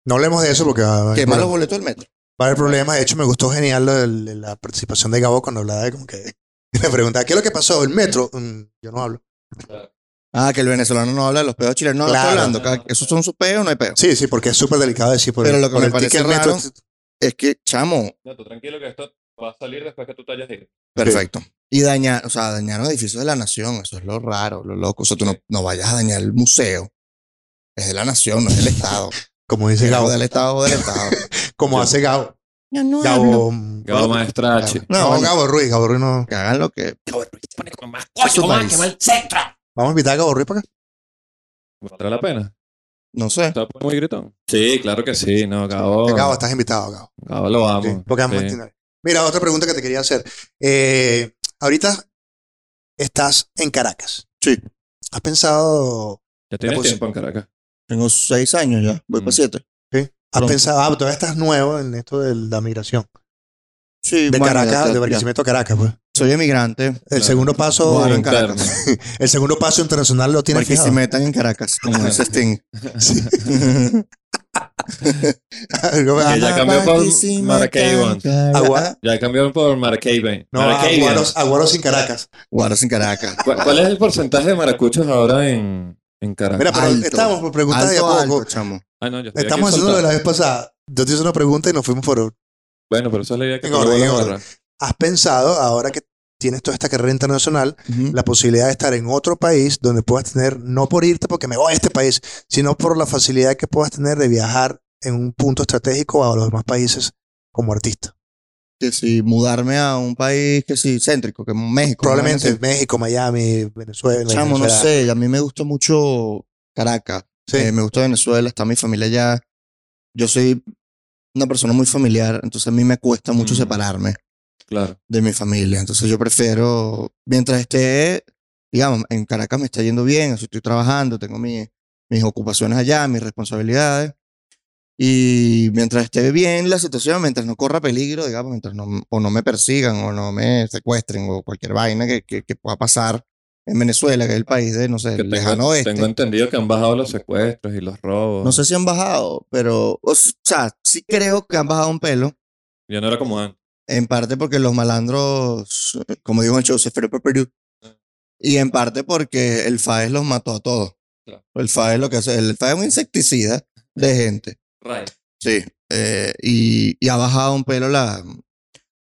No hablemos de eso porque ah, va a haber Quemas los problemas. boletos del metro. Va a haber problemas. De hecho, me gustó genial lo del- la participación de Gabo cuando hablaba de como que [LAUGHS] le preguntaba, ¿qué es lo que pasó? El metro. Mm, yo no hablo. Ah, que el venezolano no habla de los peos chilenos. No, Claro. no estoy hablando. cada- Esos son sus peos, no hay peos. Sí, sí, porque es súper delicado decir por Pero el- lo que por me el parece ticket del raro- Es que, chamo, No, tú tranquilo que esto va a salir después que tú te hayas ido. Perfecto. Y dañar, o sea, dañaron edificios de la nación, eso es lo raro, lo loco. O sea, tú no, no vayas a dañar el museo. Es de la nación, no es [LAUGHS] del Estado. como dice Si Gabo, hago del Estado, del Estado. como hace Gabo. [LAUGHS] Yo no hablo. Gabo, Gabo Gabo. Maestrachi. No, bueno. Gabo Ruiz, Gabo Ruiz no. Que hagan lo que. Oye, Su ¿cómo país. el centro? Vamos a invitar a Gabo Ruiz para acá. ¿Valdrá la pena? No sé. ¿Está muy gritón? Sí, claro que sí. No, Gabo. Gabo, estás invitado, Gabo. Gabo lo amo. Sí, porque vamos a Sí. continuar. Mira, otra pregunta que te quería hacer. Eh, ahorita estás en Caracas. Sí. ¿Has pensado, Ya tienes puse- tiempo en Caracas. Tengo seis años ya. Voy Mm. para siete. has Pronto. pensado, ah, todavía estás nuevo en esto de la migración? Sí, De bueno, ya Caracas, está, de ya. Barquisimeto Eh, a Caracas, pues. Soy emigrante. El Claro. segundo paso, Bueno, en Interno. Caracas. el segundo paso internacional lo tienes Porque fijado. se metan en Caracas, como ese Sting. [LAUGHS] Que ya cambió por Barquisimeto, Ah, Maracaibo. Caracas. Agua- [LAUGHS] Ya cambiaron por Maracaibo. ah, No, Maracaibo. aguaros, aguaros sin Caracas. Guaros en Caracas. ¿Cuál, cuál es el porcentaje de maracuchos ahora en, en Caracas? Mira, pero Alto. estábamos por preguntas de a Alto, poco. alto, chamo. Ah, no, yo estoy aquí Estamos haciendo lo de soltado. la vez pasada. Yo te hice una pregunta y nos fuimos por. Bueno, pero esa es la idea que En tú lo orden, vuelvas en a orden. agarrar. ¿Has pensado, ahora que tienes toda esta carrera internacional, Ujú. la posibilidad de estar en otro país donde puedas tener, no por irte porque me voy a este país, sino por la facilidad que puedas tener de viajar en un punto estratégico a los demás países como artista? que si mudarme a un país que si céntrico, que México. Probablemente ¿no? México, Miami, Venezuela. Chamo, no Venezuela. sé, a mí me gusta mucho Caracas, Sí. eh, me gusta Venezuela, está mi familia allá. Yo soy una persona muy familiar, entonces a mí me cuesta mucho Mm. separarme Claro. de mi familia, entonces yo prefiero, mientras esté, digamos, en Caracas me está yendo bien, así estoy trabajando, tengo mi- mis ocupaciones allá, mis responsabilidades. Y mientras esté bien la situación, mientras no corra peligro, digamos, mientras no, o no me persigan o no me secuestren o cualquier vaina que, que, que pueda pasar en Venezuela, que es el país de, no sé, Que el lejano tengo, oeste. tengo entendido que han bajado los secuestros y los robos. No sé si han bajado, pero, o s- o sea, sí creo que han bajado un pelo, Ya no era como antes. En parte porque los malandros, eh, como dijo en show, se fueron por Perú. Y en parte porque el FAES los mató a todos. Claro. El FAES lo que hace, el FAES es un insecticida de gente. Right. Sí. eh, y, y ha bajado un pelo la,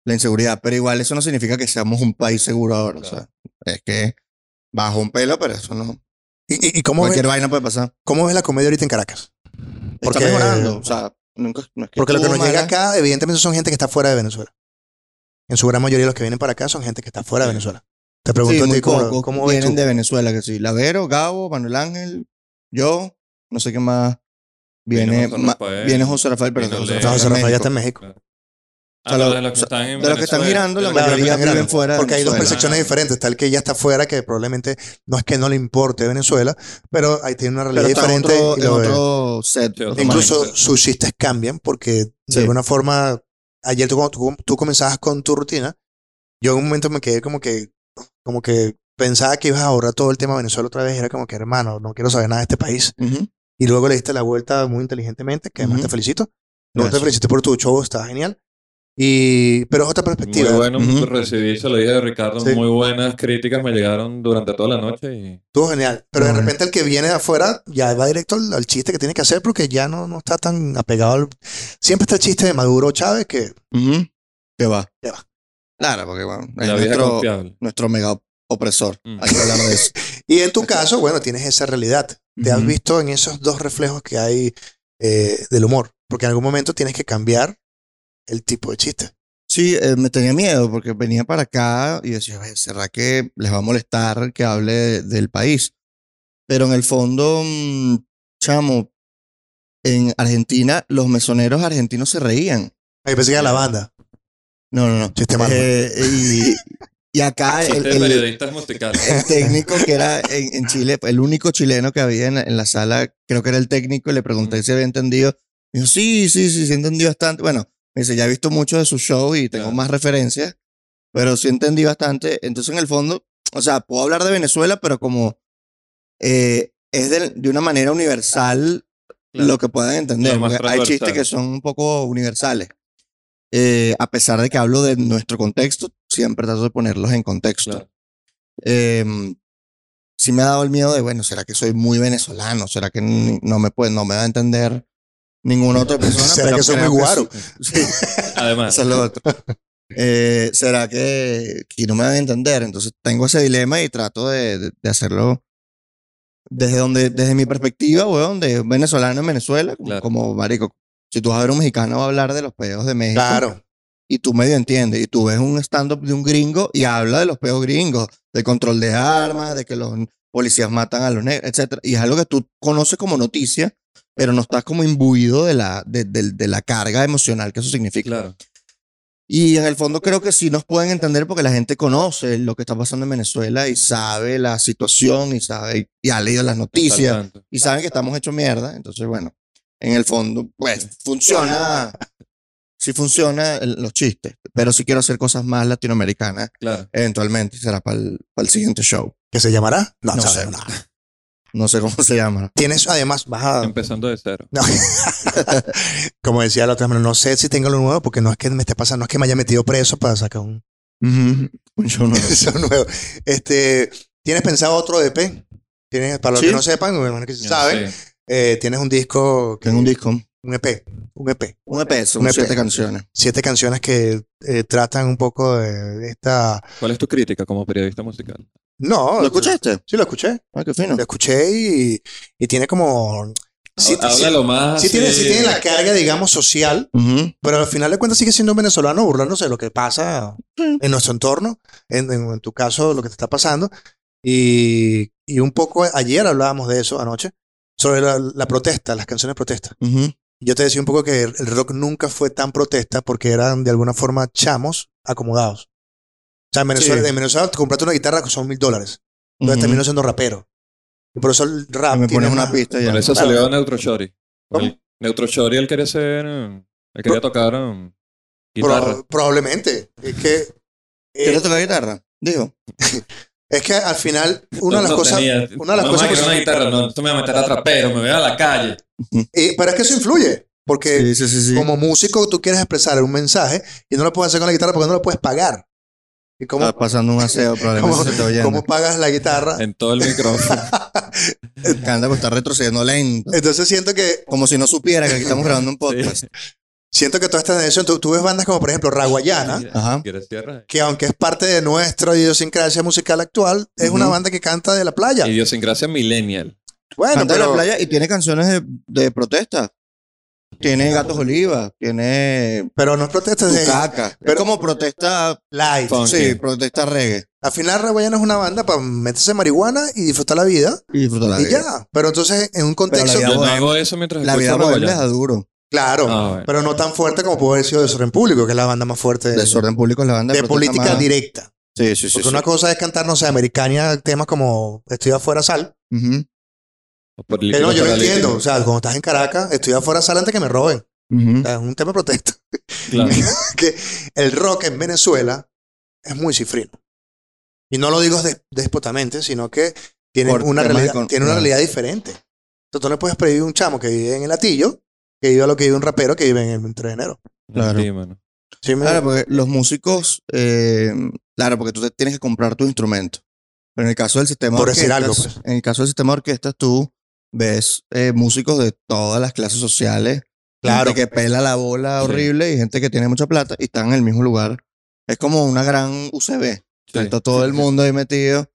la inseguridad. Pero igual eso no significa que seamos un país seguro ahora. o sea, es que bajó un pelo, pero eso no. ¿Y, y- y cómo, ves, Cualquier vaina puede pasar. cómo ves la comedia ahorita en Caracas? Porque- Está mejorando. O sea, nunca. no es que Porque lo que estuvo nos llega mala. acá, evidentemente, son gente que está fuera de Venezuela. En su gran mayoría, los que vienen para acá son gente que está fuera de Sí. Venezuela. Te Sí, pregunto a muy ti, ¿cómo, pocos cómo ves vienen tú? de Venezuela, que sí. Lavero, Gabo, Manuel Ángel, yo, no sé qué más. Viene, Vino José ma- Rafael, viene José Rafael, pero vino José Leo. No, Rafael José está en Rafael ya está México. en México. Ah, o sea, de los que están, en de los que están Venezuela, girando, la de los que Claro, mayoría están claro, viven girando. fuera de Porque hay dos Venezuela. percepciones diferentes. Está el que ya está fuera, que probablemente no es que no le importe Venezuela, pero ahí tiene una Pero realidad está en diferente. otro, y en lo ve. eh. otro set. Sí, otro otro manejo. Incluso sus chistes cambian porque Sí. de alguna forma, ayer tú, cuando tú, tú comenzabas con tu rutina, yo en un momento me quedé como que, como que pensaba que ibas a ahorrar todo el tema de Venezuela otra vez. Era como que, hermano, no quiero saber nada de este país. manejo. Ujú. Y luego le diste la vuelta muy inteligentemente, que además Ujú. te felicito. No te Gracias. felicito por tu show, está genial. Y, pero es otra perspectiva. Muy bueno, Ujú. recibí, se lo dije de Ricardo, Sí. muy buenas críticas me llegaron durante toda la noche y Estuvo genial. Pero de Ujú. repente el que viene de afuera ya va directo al, al chiste que tiene que hacer porque ya no, no está tan apegado al... Siempre está el chiste de Maduro Chávez que... Ujú. ¿Qué va? ¿Qué va? Claro, porque bueno, es la vida nuestro, confiable. nuestro mega opresor. Mm. Hay que hablar de eso. Y en tu caso, bueno, tienes esa realidad. [LAUGHS] Te has Ujú. visto en esos dos reflejos que hay eh, del humor. Porque en algún momento tienes que cambiar el tipo de chiste. Sí, eh, me tenía miedo porque venía para acá y decía, "Ay, ¿será que les va a molestar que hable de- del país? Pero en el fondo, mm, chamo, en Argentina los mesoneros argentinos se reían. Ahí pensé que era la banda. No, no, no. Chiste malo. Eh, y, [LAUGHS] y acá Ah, el, Chistes el- periodistas musicales. el técnico que era en, en Chile, el único chileno que había en, en la sala, creo que era el técnico, y le pregunté si había entendido. Me dijo, sí, sí, sí, sí entendí bastante. Bueno, me dice, ya he visto mucho de su show y tengo Claro. más referencias, pero sí entendí bastante. Entonces, en el fondo, o sea, puedo hablar de Venezuela, pero como eh, es del- de, una manera universal Claro. [LAUGHS] lo que puedan entender. Lo más porque hay chistes transversal. que son un poco universales. Eh, a pesar de que hablo de nuestro contexto, siempre trato de ponerlos en contexto Claro. eh, sí me ha dado el miedo de, bueno, ¿será que soy muy venezolano? ¿Será que ni- no me, puede, no me va a entender [LAUGHS] ninguna otra persona? ¿Será Pero que soy creo muy guaro? [LAUGHS] sí, sí, Además, [LAUGHS] eso es lo otro. Eh, ¿Será que, que no me van a entender? Entonces tengo ese dilema y trato de, de- de hacerlo desde, donde, desde mi perspectiva, weón, de venezolano en Venezuela, como, Claro. como, marico. Si tú vas a ver un mexicano va a hablar de los peos de México Claro. y tú medio entiendes. Y tú ves un stand-up de un gringo y habla de los peos gringos, de control de armas, de que los policías matan a los negros, etcétera Y es algo que tú conoces como noticia, pero no estás como imbuido de la, de, de- de la carga emocional que eso significa. claro. Y en el fondo creo que sí nos pueden entender porque la gente conoce lo que está pasando en Venezuela y sabe la situación y sabe y ha leído las noticias Al tanto. y saben que estamos hechos mierda. Entonces, bueno, en el fondo, pues funciona. Sí funciona el- los chistes, pero sí quiero hacer cosas más latinoamericanas Claro. eventualmente y será para el, siguiente show. ¿Qué se llamará? No, No sabes sé. nada. No sé cómo se llama. Tienes, además, vas a... Em. Empezando de cero. No. Como decía la otra, mano, no sé si tengo lo nuevo porque no es que me esté pasando, no es que me haya metido preso para sacar un [LAUGHS] Un show nuevo. eso nuevo. Este, ¿tienes pensado otro EP? ¿Tienes, para los Sí. que no sepan, bueno, que sí Yo no saben, sé. eh, tienes un disco, que- [LAUGHS] Tengo un disco, un EP, un E EP, un E EP, son Un EP. siete canciones. siete canciones que eh, tratan un poco de esta. ¿Cuál es tu crítica como periodista musical? No, ¿Lo escuchaste? Sí, lo escuché, Ah, qué fino. lo escuché y, y tiene como. Sí, Habla sí- lo más. eh, sí tiene, así- sí tiene la carga, digamos, social, Ujú. Pero al final de cuentas sigue siendo un venezolano burlándose de lo que pasa Mm. en nuestro entorno, en, en- en tu caso, lo que te está pasando. Y, y un poco ayer hablábamos de eso anoche, sobre la, la protesta, las canciones de protesta. Ujú. Yo te decía un poco que el rock nunca fue tan protesta porque eran de alguna forma chamos acomodados. O sea, en Venezuela, Sí. en Venezuela compraste una guitarra son mil dólares. Entonces Ujú. terminó siendo rapero. Y por eso el rap. Y me tiene pones una más- pista ya. Por eso Claro. salió Neutro Shorty. ¿Cómo? El- Neutro Shorty, él quería ser. eh, Él quería tocar eh, guitarra. Pro- probablemente. Es que. eh, ¿Quieres tocar guitarra? Dijo. es que al final, una No, de las no cosas. tenía- una de las no, cosas me que- quiero una guitarra, no, esto me va a meter a trapero, me voy a la calle. Y- pero es que eso influye. Porque Sí, sí, sí, sí. como músico tú quieres expresar un mensaje y no lo puedes hacer con la guitarra porque no lo puedes pagar. ¿Y cómo, Estás pasando un aseo, probablemente cómo- se te oyendo. cómo pagas la guitarra? En todo el [LAUGHS] micrófono. Canta, pues, está retrocediendo lento. Entonces siento que Como si no supiera que aquí estamos grabando un podcast. siento que toda esta tendencia, tú, tú ves bandas como por ejemplo Raguayana, Ajá. ¿Quieres tierra? que aunque es parte de nuestra idiosincrasia musical actual, es una Ujú. banda que canta de la playa. Idiosincrasia millennial. bueno, Canta en pero la playa y tiene canciones de, de protesta. Tiene Gatos Oliva, tiene pero no es protesta Tu de Caca. Es Pero- como protesta, live. Funk. sí, Ok. protesta reggae. Al final Raguayana es una banda para meterse marihuana y disfrutar la vida Y disfruta la y vida. ya. Pero entonces en un contexto vida Yo no moderna. hago eso mientras La vida escucho moderna Raguayana. da duro. claro, Ah, bueno. pero no tan fuerte como pudo haber sido Desorden Público, que es la banda más fuerte de, Desorden público es la banda de protesta política más- directa. Sí, sí, sí. Porque sí. una cosa es cantar, no sé, americana, temas como Estoy afuera sal. Ujú, O por Que no, yo lo para entiendo. líquido. O sea, cuando estás en Caracas, estoy afuera sal antes que me roben. ujú. O sea, es un tema de protesta. Claro. [LAUGHS] que el rock en Venezuela es muy cifrino. Y no lo digo des- déspotamente, sino que tiene Por una, temas realidad, econ- tiene una claro. realidad diferente. Entonces tú no puedes prohibir a un chamo que vive en el latillo que vive a lo que vive un rapero que vive en el 3 de enero. Claro. Sí, mano. ¿Sí me- Claro, porque los músicos, eh, claro, porque tú te tienes que comprar tu instrumento. Pero en el caso del sistema Por de decir algo, orquestas, pues. en el caso del sistema de orquestas, tú ves eh, músicos de todas las clases sociales, Claro. gente que pela la bola Sí. horrible y gente que tiene mucha plata y están en el mismo lugar. Es como una gran UCB. Sí. Está todo el mundo ahí metido.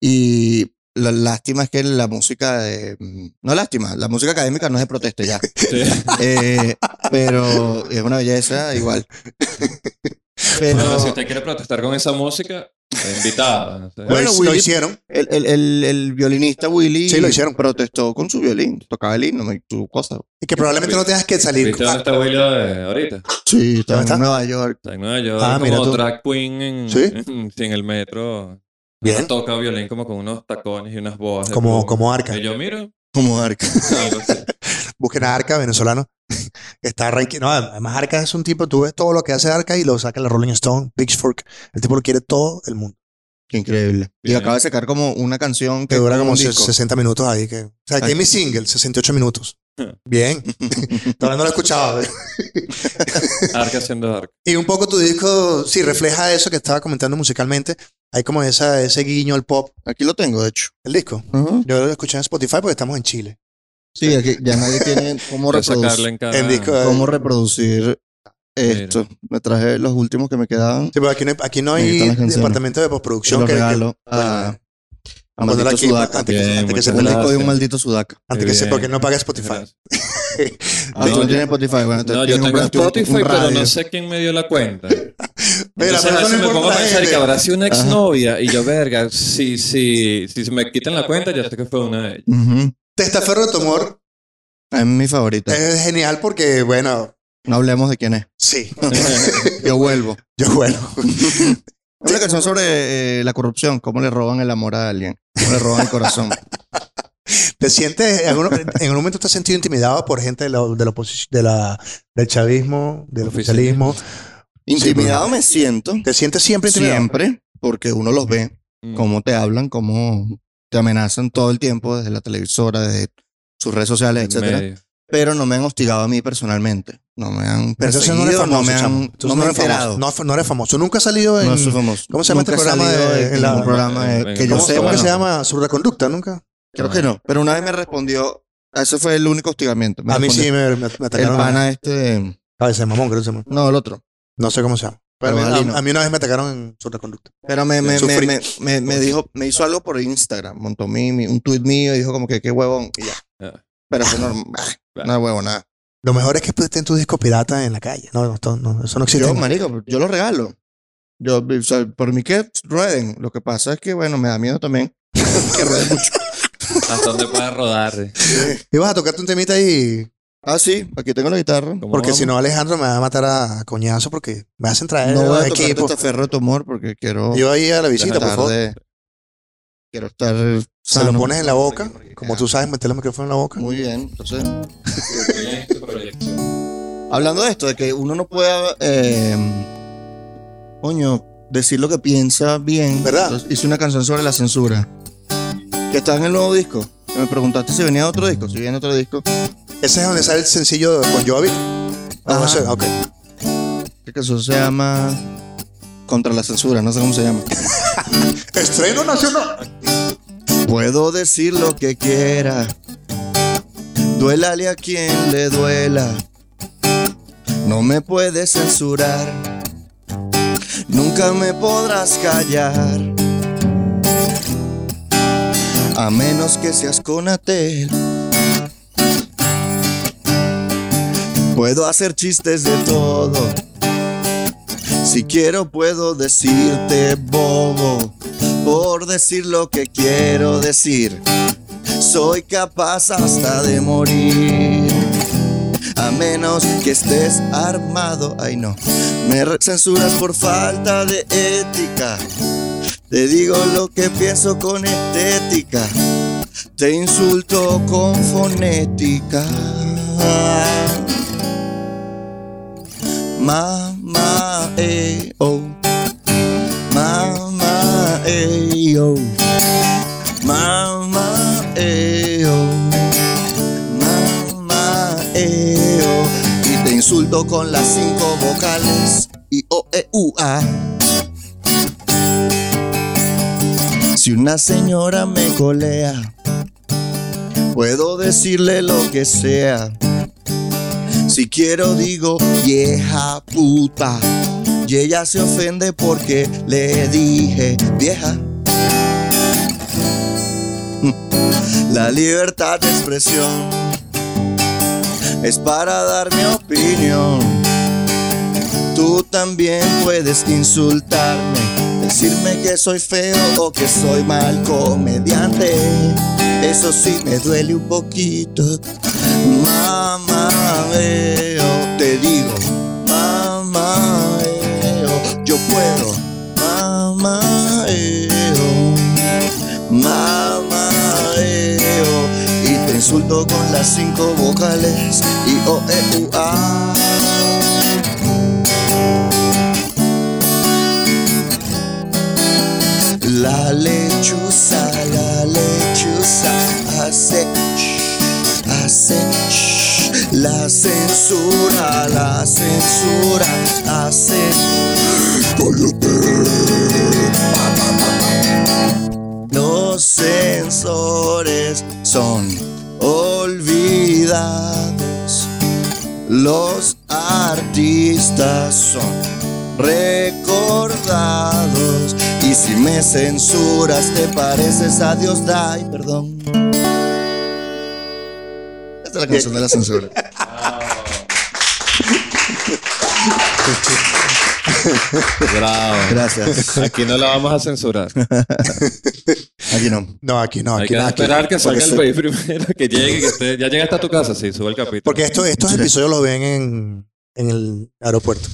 Y la lástima es que la música de... mm, No lástima, la música académica no es de protesta ya. Sí. Eh, pero es una belleza igual. Pero Bueno, si usted quiere protestar con esa música, está invitada. no sé. Lo bueno, hic- lo Willy- hicieron. el, el- el- el violinista Willy Sí, lo hicieron. protestó con su violín, tocaba el himno, me- su cosa. Y que probablemente no tengas que salir. ¿Viste dónde está Willy eh, ahorita? Sí, estaba está? en Nueva York. Está en Nueva York Ah, mira como tú. drag queen en, ¿Sí? en, sí, en el metro. Bien. Ahora Toca violín como con unos tacones y unas boas. de como, pluma. como arca. Y yo miro. Como arca. algo así. [LAUGHS] Busquen a Arca, venezolano. [LAUGHS] Está ranking. No, además Arca es un tipo, tú ves todo lo que hace Arca y lo saca la Rolling Stone, Pitchfork. El tipo lo quiere todo el mundo. Qué increíble. Y Bien. acaba de sacar como una canción que Que dura un como se- disco. 60 minutos ahí. Que, o sea, que Ay. es mi single, [LAUGHS] 68 minutos. Bien. [LAUGHS] Todavía no lo he escuchado. Arca haciendo arca. Y un poco tu disco, sí, refleja eso que estaba comentando musicalmente. Hay como esa, ese guiño al pop, Aquí lo tengo, de hecho. el disco. Yo lo escuché en Spotify porque estamos en Chile. Sí, aquí ya nadie tiene cómo Voy a sacarle reproducir, en cada... En disco. cómo reproducir esto. Me traje los últimos que me quedaban. Sí, pero aquí no hay, aquí no Ahí hay están las canciones. departamento de Yo postproducción lo que, que- regalo a, bueno, a vamos a ponerlo maldito aquí sudaca. antes que, Bien, antes que se muchas Un gracias. disco de un maldito sudaca. Antes que se, Bien. porque no paga Spotify. Ah, tú yo- no tienes Spotify. Bueno, entonces No, yo tienes que tengo comprarte un- un Spotify, pero radio. no sé quién me dio la cuenta. Mira, Entonces, pero a eso veces no me pongo a importa. pensar gente. que habrá sido una exnovia y yo, verga, si, si, si se me quitan la cuenta, ya sé que fue una de ellas. Ujú. Testaferro de tu amor Es mi favorita. es genial porque, bueno, No hablemos de quién es. sí, [LAUGHS] Yo vuelvo. yo bueno. Es una canción sobre eh, la corrupción. Cómo le roban el amor a alguien. Cómo le roban el [LAUGHS] corazón. ¿Te sientes, en algún, en algún momento te has sentido intimidado por gente de la, de la oposi- de la- del chavismo, del Oficialismo. oficialismo? [LAUGHS] Intimidado me siento. ¿Te sientes siempre intimidado? Siempre. Porque uno los ve. Mm. cómo te hablan, cómo te amenazan todo el tiempo desde la televisora, desde sus redes [LAUGHS] sociales, En etcétera. medio. Pero no me han hostigado a mí personalmente. No me han Entonces perseguido, no, me han Entonces no me no han eres famoso. enterado. No, no eres famoso. Nunca has salido en... No soy famoso. ¿Cómo se llama Nunca este he programa salido de- en en la- ningún programa de- en- que yo ¿Cómo, sé, sepa. cómo bueno. se llama? ¿Sobre la conducta? ¿Nunca? Creo que no. Pero una vez me respondió, ese fue el único hostigamiento. Me a mí respondió sí me, me El atacaron. pana este, A veces, mamón, creo que se llama. no, el otro. No sé cómo se llama. Pero a mí, Alino. a mí una vez me atacaron en sobre la conducta. Pero me, me, me, Sufrí. me, me- me dijo, me hizo algo por Instagram, montó mi, mi- un tweet mío y dijo como que qué huevón y ya. Ah. Pero fue normal, no huevo nada. Lo mejor es que pues, estés en tu disco pirata en la calle. No, no, no, no, eso no existe. Yo, marico, yo lo regalo. Yo, o sea, por mí que rueden. Lo que pasa es que, bueno, me da miedo también. que rueden mucho. Hasta dónde pueda rodar. eh. Ibas a tocarte un temita ahí, Ah, sí, aquí tengo la guitarra. ¿Cómo porque vamos? si no Alejandro me va a matar a coñazo porque me hacen traer No voy a los tocar equipos. esta ferro de tu amor porque quiero Yo ahí a la visita, por tratar favor. de- Quiero estar Se lo sano. pones en la boca, como Ah, tú sabes meter el micrófono en la boca. Muy bien. Entonces, Proyecto, proyecto. hablando de esto, de que uno no pueda, eh, coño, decir lo que piensa bien. ¿Verdad? Entonces, hice una canción sobre la censura. Que está en el nuevo disco. Me preguntaste si venía otro disco. Si viene otro disco, Ese es donde sale el sencillo de Bon Jovi. Ah, Ajá. ese, ok. ¿qué canción se llama? Contra la censura, no sé cómo se llama. Estreno nacional. Puedo decir lo que quiera. Duélale a quien le duela. No me puedes censurar. Nunca me podrás callar. A menos que seas conatel. Puedo hacer chistes de todo. Si quiero puedo decirte bobo por decir lo que quiero decir. Soy capaz hasta de morir. A menos que estés armado. Ay no. Me re- censuras por falta de ética. Te digo lo que pienso con estética. Te insulto con fonética. Mamá, eh, oh. Mamá, eh, oh. Mamá, eh, oh. Mamá, eh, oh. Y te insulto con las cinco vocales. I, O, E, U, A. Si una señora me colea, puedo decirle lo que sea. Si quiero digo vieja puta. Y ella se ofende porque le dije vieja. [LAUGHS] La libertad de expresión es para dar mi opinión. Tú también puedes insultarme, decirme que soy feo o que soy mal comediante. Eso sí me duele un poquito. Mamá, veo, te digo, mamá, veo, yo puedo. Mamá, veo, mamá, veo. Y te insulto con las cinco vocales y o e u a. La lechuza, la lechuza hace ch, hace ch. la censura, la censura hace Los sensores son olvidados. Los artistas son recordados. Y si me censuras, te pareces a Dios. Ay, perdón. Esta es la canción de la censura. Bravo. Gracias. Aquí no la vamos a censurar. Aquí no. No, aquí no, Hay aquí que no. aquí no. esperar que salga Porque el país primero, que llegue, que esté- ya llegaste a tu casa, sí, sube el capítulo. Porque esto- estos episodios los ven en, en el aeropuerto.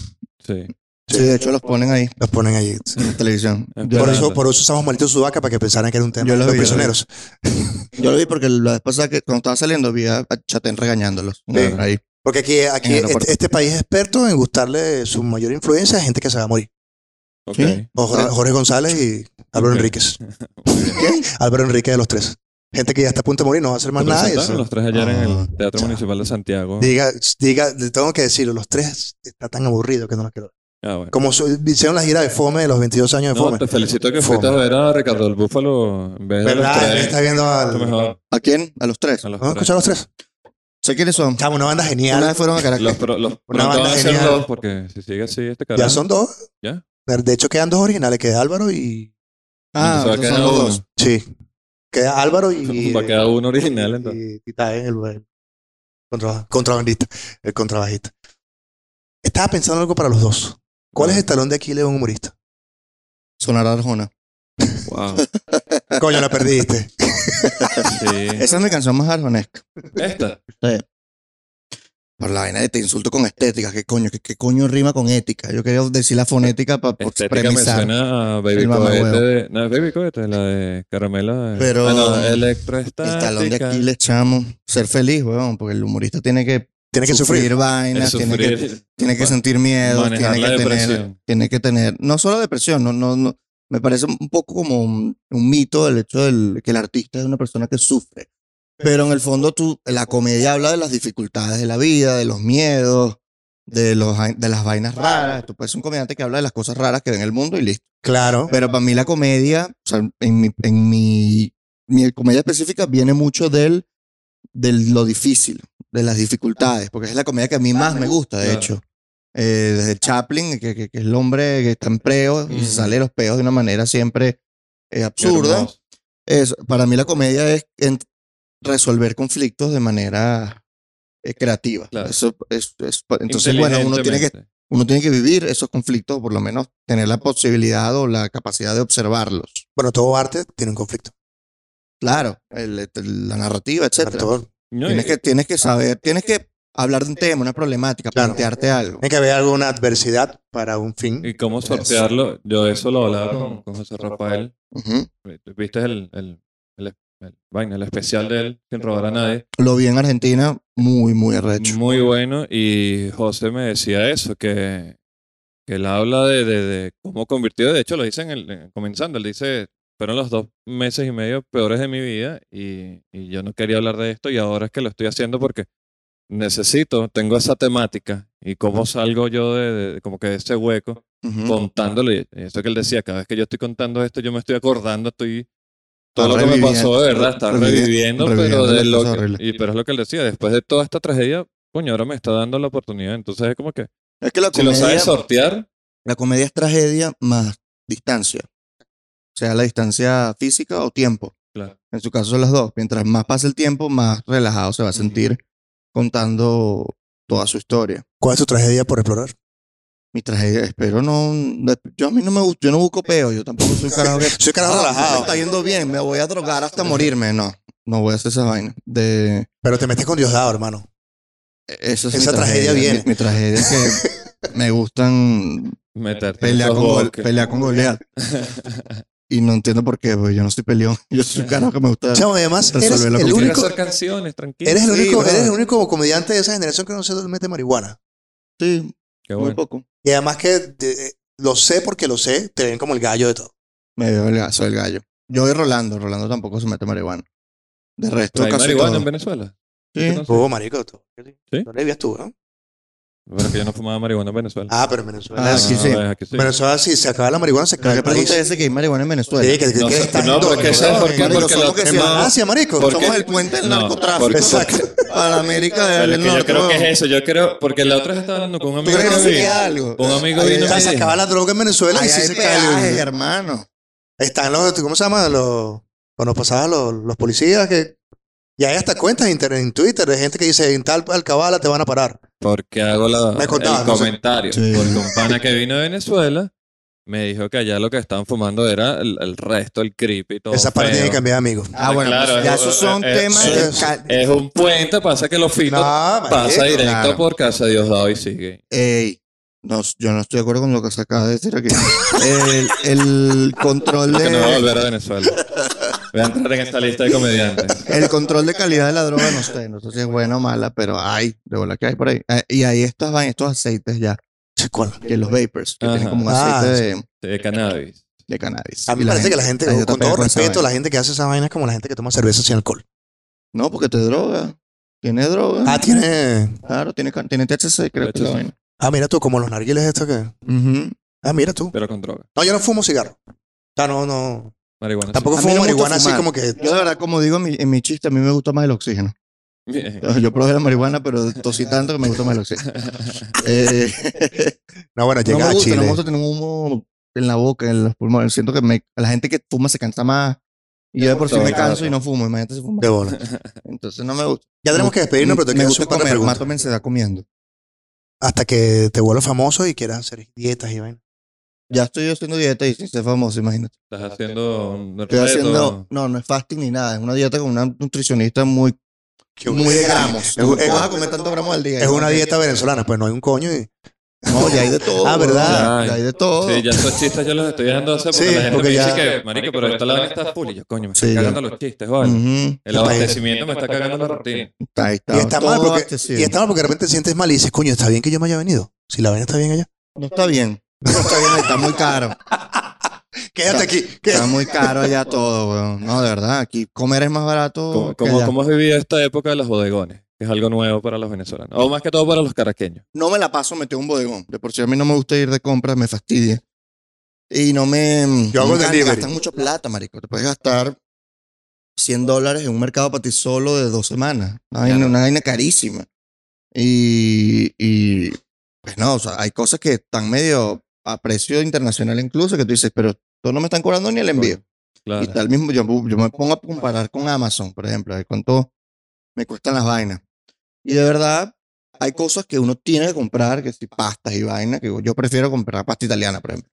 Sí. Sí, de hecho los ponen ahí Los ponen allí. en la televisión. Por Yo, Por Claro. eso, por eso usamos maldito sudaca para que pensaran que era un tema. Yo lo vi, lo los vi. prisioneros. yo lo vi porque la vez pasada que cuando estaba saliendo vi a a Chatén regañándolos. Sí. Ahí. Porque aquí, aquí En el este, aeropuerto. este país es experto en gustarle su mayor influencia a gente que se va a morir. Ok. Sí. O Jorge, Ah. Jorge González y Álvaro Ok. [LAUGHS] Enríquez. Muy bien. Álvaro Enríquez de los tres. Gente que ya está a punto de morir, no va a hacer más Se nada. y presentaron eso- los tres ayer en Ah, el Teatro chao. Municipal de Santiago. Diga, diga, le tengo que decirlo, los tres está tan aburrido que no los quiero. ver. Ah, bueno. Como su- hicieron la gira de Fome de los 22 años de No, Fome. te felicito que Fome. fuiste a ver a Ricardo el Búfalo en vez de a los ¿Verdad? Él tres. está viendo al. Mucho mejor. ¿A quién? A los tres. A los ¿No tres. escuchar los tres? Sé quiénes son. Chamo, una banda Una genial. vez fueron a Caracas. Los, pro- los Una pronto banda van a ser genial. dos, porque si sigue así este carajo. Ya son dos. Ya. De hecho, quedan dos originales, que es Álvaro y. Ah, se va a esos quedar son los uno. dos. Sí. Queda Álvaro [LAUGHS] y. [LAUGHS] Va a quedar uno original, entonces. Y, y Tae, el, el contra- contrabandista, el contrabajista. Estaba pensando algo para los dos. ¿Cuál es el talón de Aquiles de un humorista? Sonará Arjona. Wow. Coño, la perdiste. [LAUGHS] Sí. Esa es mi canción más arjonesca. Esta. Por la vaina de te insulto con estética. ¿Qué coño? ¿Qué, qué coño rima con ética? Yo quería decir la fonética para Estética Este me premisar. suena a Baby El mamahuevo. Cohete. de- No, es Baby Cohete, la de Caramela. de- Pero- Ah, no, El talón de electroestática. Aquiles, chamo. Ser feliz, weón. Porque el humorista tiene que, Tiene que sufrir, sufrir. El vainas, tiene que sufrir. Tiene que sentir miedo, tiene Manejar que, la tener, depresión. tiene que tener, no solo depresión, no, no, no, me parece un poco como un, un mito el hecho del que el artista es una persona que sufre. Pero en el fondo tú, la comedia habla de las dificultades de la vida, de los miedos, de, los, de las vainas raras. Tú puedes ser un comediante que habla de las cosas raras que ve en el mundo y listo. Claro. Pero para mí la comedia, o sea, en mi, en mi, mi comedia específica viene mucho del, de lo difícil, de las dificultades, porque es la comedia que a mí más me gusta, de Ah, Claro. hecho. Eh, desde Chaplin, que, que- que es el hombre que está en preo y Ujú. se sale de los peos de una manera siempre eh, absurda. Hermoso. Es, para mí la comedia es en- resolver conflictos de manera eh, creativa. Claro. Eso es- es- entonces, bueno, uno tiene que Inteligentemente. uno tiene que vivir esos conflictos, por lo menos tener la posibilidad o la capacidad de observarlos. Bueno, todo arte tiene un conflicto. Claro, el- el- la narrativa, etc. Todo- No, Tienes y- que, tienes que saber, tienes que hablar de un tema, una problemática, Claro. plantearte algo. Tiene que haber alguna adversidad para un fin. ¿Y cómo sortearlo? Yo eso lo hablaba con, con José Rafael. Ujú. ¿Viste el, el, el, el- vaina, el especial de él, sin robar a nadie? Lo vi en Argentina, muy, muy arrecho. Muy bueno. Y José me decía eso, que, que él habla de, de, de cómo convirtió. De hecho, lo dice en el, en- comenzando. Él dice, fueron los dos meses y medio peores de mi vida y, y yo no quería hablar de esto y ahora es que lo estoy haciendo porque necesito, tengo esa temática y cómo salgo yo de, de- como que de ese hueco. Ujú. contándole. Eso que él decía, cada vez que yo estoy contando esto, yo me estoy acordando, estoy. Todo lo que me reviviendo, pasó, de verdad, está reviviendo, reviviendo, reviviendo pero, de las lo cosas que- horribles. y, pero es lo que él decía, después de toda esta tragedia, coño, ahora me está dando la oportunidad. Entonces es como que, Es que la si lo comedia, sabes sortear, la comedia es tragedia más distancia. Sea la distancia física o tiempo. claro, En su caso son las dos. Mientras más pasa el tiempo, más relajado se va a Ujú. sentir contando toda su historia. ¿Cuál es tu tragedia por explorar? Mi tragedia, espero no... Yo a mí no me gusta, yo no busco peo, yo tampoco soy un carajo que... [LAUGHS] Soy carajo Ah, me relajado. está yendo bien, me voy a drogar hasta morirme. No, no voy a hacer esa vaina. De, Pero te metes con Diosdado, hermano. eso es Esa mi tragedia viene. Mi, mi tragedia es que me gustan meterte en pelear esos con, Gol- bosques. pelear con Goliat. Y no entiendo por qué, porque yo no soy peleón. [LAUGHS] Yo soy un carajo que me gusta... Chamo, y además, Resolver eres Ah. la el, conflicto. Quiero único, hacer canciones, tranquilo. eres, el Sí, único, brother. eres el único comediante de esa generación que no se mete marihuana. Sí, Qué muy bueno. poco. Y además que de- eh, lo sé porque lo sé, te ven como el gallo de todo. Me veo el gaso del gallo. Yo y Rolando. Rolando tampoco se mete marihuana. De resto, ¿Hay casi marihuana todo. en Venezuela? Sí. Yo no sé. Oh, marico, tú. ¿Sí? No le veías tú, ¿no? Bueno, que yo no fumaba marihuana en Venezuela. Ah, pero en Venezuela. Ah, sí. sí, sí. ves, aquí sí. Venezuela, si se acaba la marihuana, se acaba Pero el qué país. pregunta es ese que hay marihuana en Venezuela. Sí, que, que, No, que sé- estás no, loco, porque ¿sabes por qué? marico, Porque somos la que se quemada- van Ah, sí, marico. ¿Por Somos qué? el puente del No, narcotráfico. porque- [LAUGHS] Exacto. Para América Pero del es que yo Norte. creo que huevón. es eso. Yo creo, porque la otra vez estaba hablando con un ¿Tú amigo crees que que no se vi. queda algo? Un amigo Ahí- vino O y sea, se me dijo, acaba la droga en Venezuela Ahí y sí hay se cae. peaje, el- hermano. Están los, ¿cómo se llama? Los, cuando pasaban los, los policías que... Y hay hasta cuentas en internet, en Twitter de gente que dice, en tal alcabala te van a parar. Porque hago la, Me contaba, el no sé. comentario. Sí. Porque un pana que vino de Venezuela me dijo que allá lo que estaban fumando era el, el resto, el creepy y Oh, todo. Esa parte feo. tiene que cambiar, amigo. Ah, bueno, claro, pues ya es- esos son es- temas es- de cal- Es un puente, pasa que los fitos No, pasa marico. directo claro. por casa de Diosdado y sigue. Ey, no, yo no estoy de acuerdo con lo que se acaba de decir aquí. El, el [LAUGHS] control Que no va a de... volver a Venezuela. Voy a entrar en esta lista de comediantes. El control de calidad de la droga, no sé, no sé si es buena o mala, pero hay, de bola que hay por ahí. Eh, y ahí estas van estos aceites ya, Sí, ¿cuál? que los vapors, que tienen Ajá. como un Ah, aceite de, De cannabis. de cannabis. A mí Y me parece que la gente, la gente está con todo pegada esa respeto, vaina. la gente que hace esa vaina es como la gente que toma cerveza sin alcohol. No, porque te droga. Tiene droga. Ah, tiene... Claro, tiene, can- tiene THC, creo que es la THC. vaina. Ah, mira tú, como los narguiles estos que... Ujú. Ah, mira tú. Pero con droga. No, yo no fumo cigarro. O sea, no, no. Marihuana. sí. Tampoco A mí fumo no me gusta marihuana así fumar. como que... Yo de verdad, como digo en mi, en mi chiste, a mí me gusta más el oxígeno. [LAUGHS] Bien. Yo probé la marihuana, pero tosí tanto que me gusta más el oxígeno. Eh, No, bueno, no llega me a gusta, Chile. no me gusta tener un humo en la boca, en los pulmones. Siento que me- la gente que fuma se cansa más. Y yo de por sí Todo, me canso claro. y no fumo. Imagínate si fumo. De bola. Entonces no me gusta. Ya tenemos que despedirnos, pero te Me quedan gusta un par de comer. preguntas. Mato me se da comiendo. Hasta que te vuelvas famoso y quieras hacer dietas y vaina. Ya estoy haciendo dieta y sin ser famoso, imagínate. Estás haciendo un Estoy reto. haciendo. No, no es fasting ni nada. Es una dieta con una nutricionista muy. bueno. muy de gramos. Es- es- Vas a comer tantos gramos al día. Es una dieta venezolana, pues no hay un coño. Y... No, ya hay de todo. Ah, ¿verdad? weón. Ya hay de todo. Sí, ya esos chistes yo los estoy dejando hacer porque Sí, la gente porque me ya- dice que, marico, pero esta la vaina está full. Y yo, coño, me Sí, están ya. cagando los chistes, vale. Ujú. El abastecimiento me está cagando la rutina. Ahí está. Y está todo mal porque, abastecido. y está mal porque de repente te sientes mal y dices, coño, está bien que yo me haya venido. Si la vaina está bien allá. No está bien. No está bien, está muy caro. Quédate aquí. Está quédate. muy caro allá todo, weón. No, de verdad, aquí comer es más barato. ¿Cómo, que cómo- allá. cómo has vivido esta época de los bodegones? Que es algo nuevo para los venezolanos. O más que todo para los caraqueños. No me la paso metido en un bodegón. De por sí a mí no me gusta ir de compras, me fastidia. Y no me. Yo hago no me delivery. gastas mucha plata, marico. Te puedes gastar 100 dólares en un mercado para ti solo de dos semanas. Una vaina, Claro. una vaina carísima. Y, y. Pues no, o sea, hay cosas que están medio a precio internacional incluso que tú dices, pero tú no me están cobrando ni el envío. Claro. Y tal mismo, yo, yo me pongo a comparar con Amazon, por ejemplo, de cuánto me cuestan las vainas. Y de verdad, hay cosas que uno tiene que comprar, que si pastas y vainas, que yo prefiero comprar pasta italiana, por ejemplo,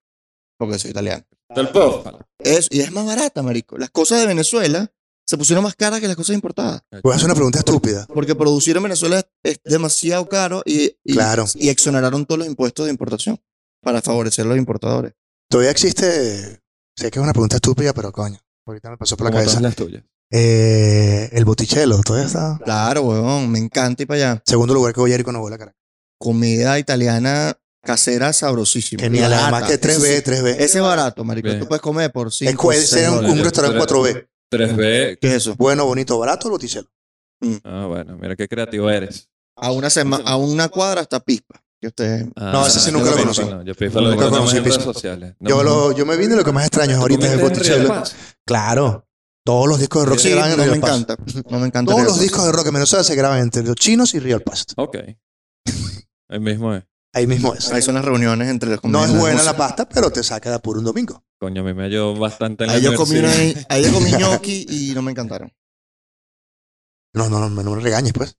porque soy italiano. Del puff. Es, y es más barata, marico. Las cosas de Venezuela se pusieron más caras que las cosas importadas, Voy a hacer una pregunta estúpida. porque producir en Venezuela es demasiado caro y, y, Claro. y exoneraron todos los impuestos de importación para favorecer a los importadores. Todavía existe. Sé que es una pregunta estúpida, pero coño. Ahorita me pasó por la Como todas cabeza. las tuyas. Eh, el botichelo, todavía está. Claro, weón, me encanta ir para allá. Segundo lugar que voy a ir cuando vuelva a Caracas. comida italiana casera sabrosísima. Que ni a la Barata. más que Ese 3B, 3B. es barato, marico. Bien. Tú puedes comer por Es 5 cua- ese era un, un dólares. restaurante 4B. 3B. ¿Qué es eso? Bueno, bonito, barato el botichelo. Ah, bueno, mira qué creativo eres. A una, sema- a una cuadra está pispa. Que usted... Ah, No, ese sí yo nunca lo pienso, conocí. no, Yo pienso lo Nunca conozco conocí en redes piso. sociales. yo, No, lo, yo me vine y lo que más extraño es ahorita es el ¿Comiste en Río botichelo. Paz? Claro. Todos los discos de rock se Sí, graban en no Río me del Paso. encanta. No me encanta. Todos Río los del discos de rock en Venezuela se graban entre los chinos y Real Past. Ok. El mismo es. Ahí mismo es. Paso. Ahí son las reuniones entre los No es comediantes. buena la pasta, pero te saca de apuro un domingo. Coño, a mí me ayudó bastante en la Ahí yo comí una, universidad. ahí yo comí gnocchi y no me encantaron. No, no, no, no me regañes, pues.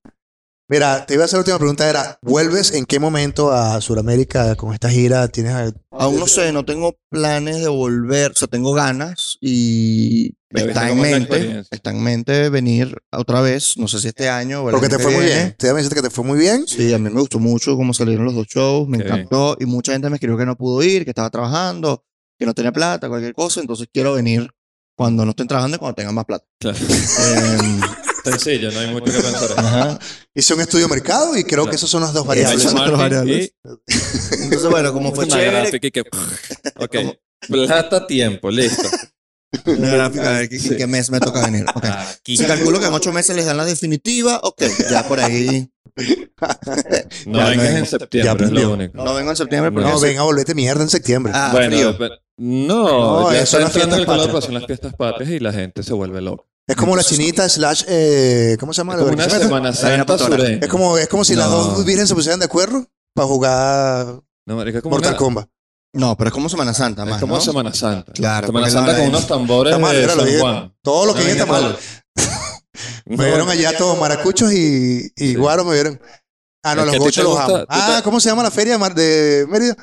Mira, te iba a hacer la última pregunta, era, ¿vuelves en qué momento a Sudamérica con esta gira? ¿Tienes a- Aún no sé, no tengo planes de volver. O sea, tengo ganas y Ya viste está en cómo es la mente. experiencia. Está en mente venir otra vez. No sé si este año o el Porque año te que fue muy viene. bien. Te iba a decir que te fue muy bien. Sí, a mí me gustó mucho cómo salieron los dos shows, me Qué bien. encantó y mucha gente me escribió que no pudo ir, que estaba trabajando, que no tenía plata, cualquier cosa, entonces quiero venir cuando no estén trabajando y cuando tengan más plata. Claro. Em, Sencillo, no hay mucho que pensar. ahí. ajá. Hice un estudio de mercado y creo que esas son las dos variables. Eso- Benchmarking otras variables. y Entonces, bueno, como fue una chévere, gráfica y que... Ok. Plata, tiempo, listo. una gráfica, a ver qué- en qué mes me toca venir. [LAUGHS] Ok. Aquí. Si calculo que en ocho meses les dan la definitiva, ok, ya por ahí. No, Ya, vengas no, en septiembre, es aprendió. lo único. No vengo en septiembre, pero No, No, ven a volverte mierda en septiembre. Ah, bueno, frío. pero- no, No, ya eh, está son las entrando en el calor, fiestas patrias. pero son las fiestas patrias y la gente se vuelve loca. es como la chinita slash, eh, ¿cómo se llama? Es como una Es semana santa pastora. sureña. como, es como si las No. dos virgen se pusieran de acuerdo para jugar No, marico, es como Mortal una- Kombat. No, pero es como Semana Santa Es más, como ¿no? Semana Santa. Claro, Semana porque Santa la- con unos tambores Está mal, de era lo San dije. Juan. Todo lo que No, dije está no, [LAUGHS] mal. Me vieron allá todos maracuchos y, y Sí. guaro me vieron. Ah, no, Es que los a ti te gochos los gusta- amo. tú Ah, te- ¿cómo se llama la feria de Mar- de Mérida?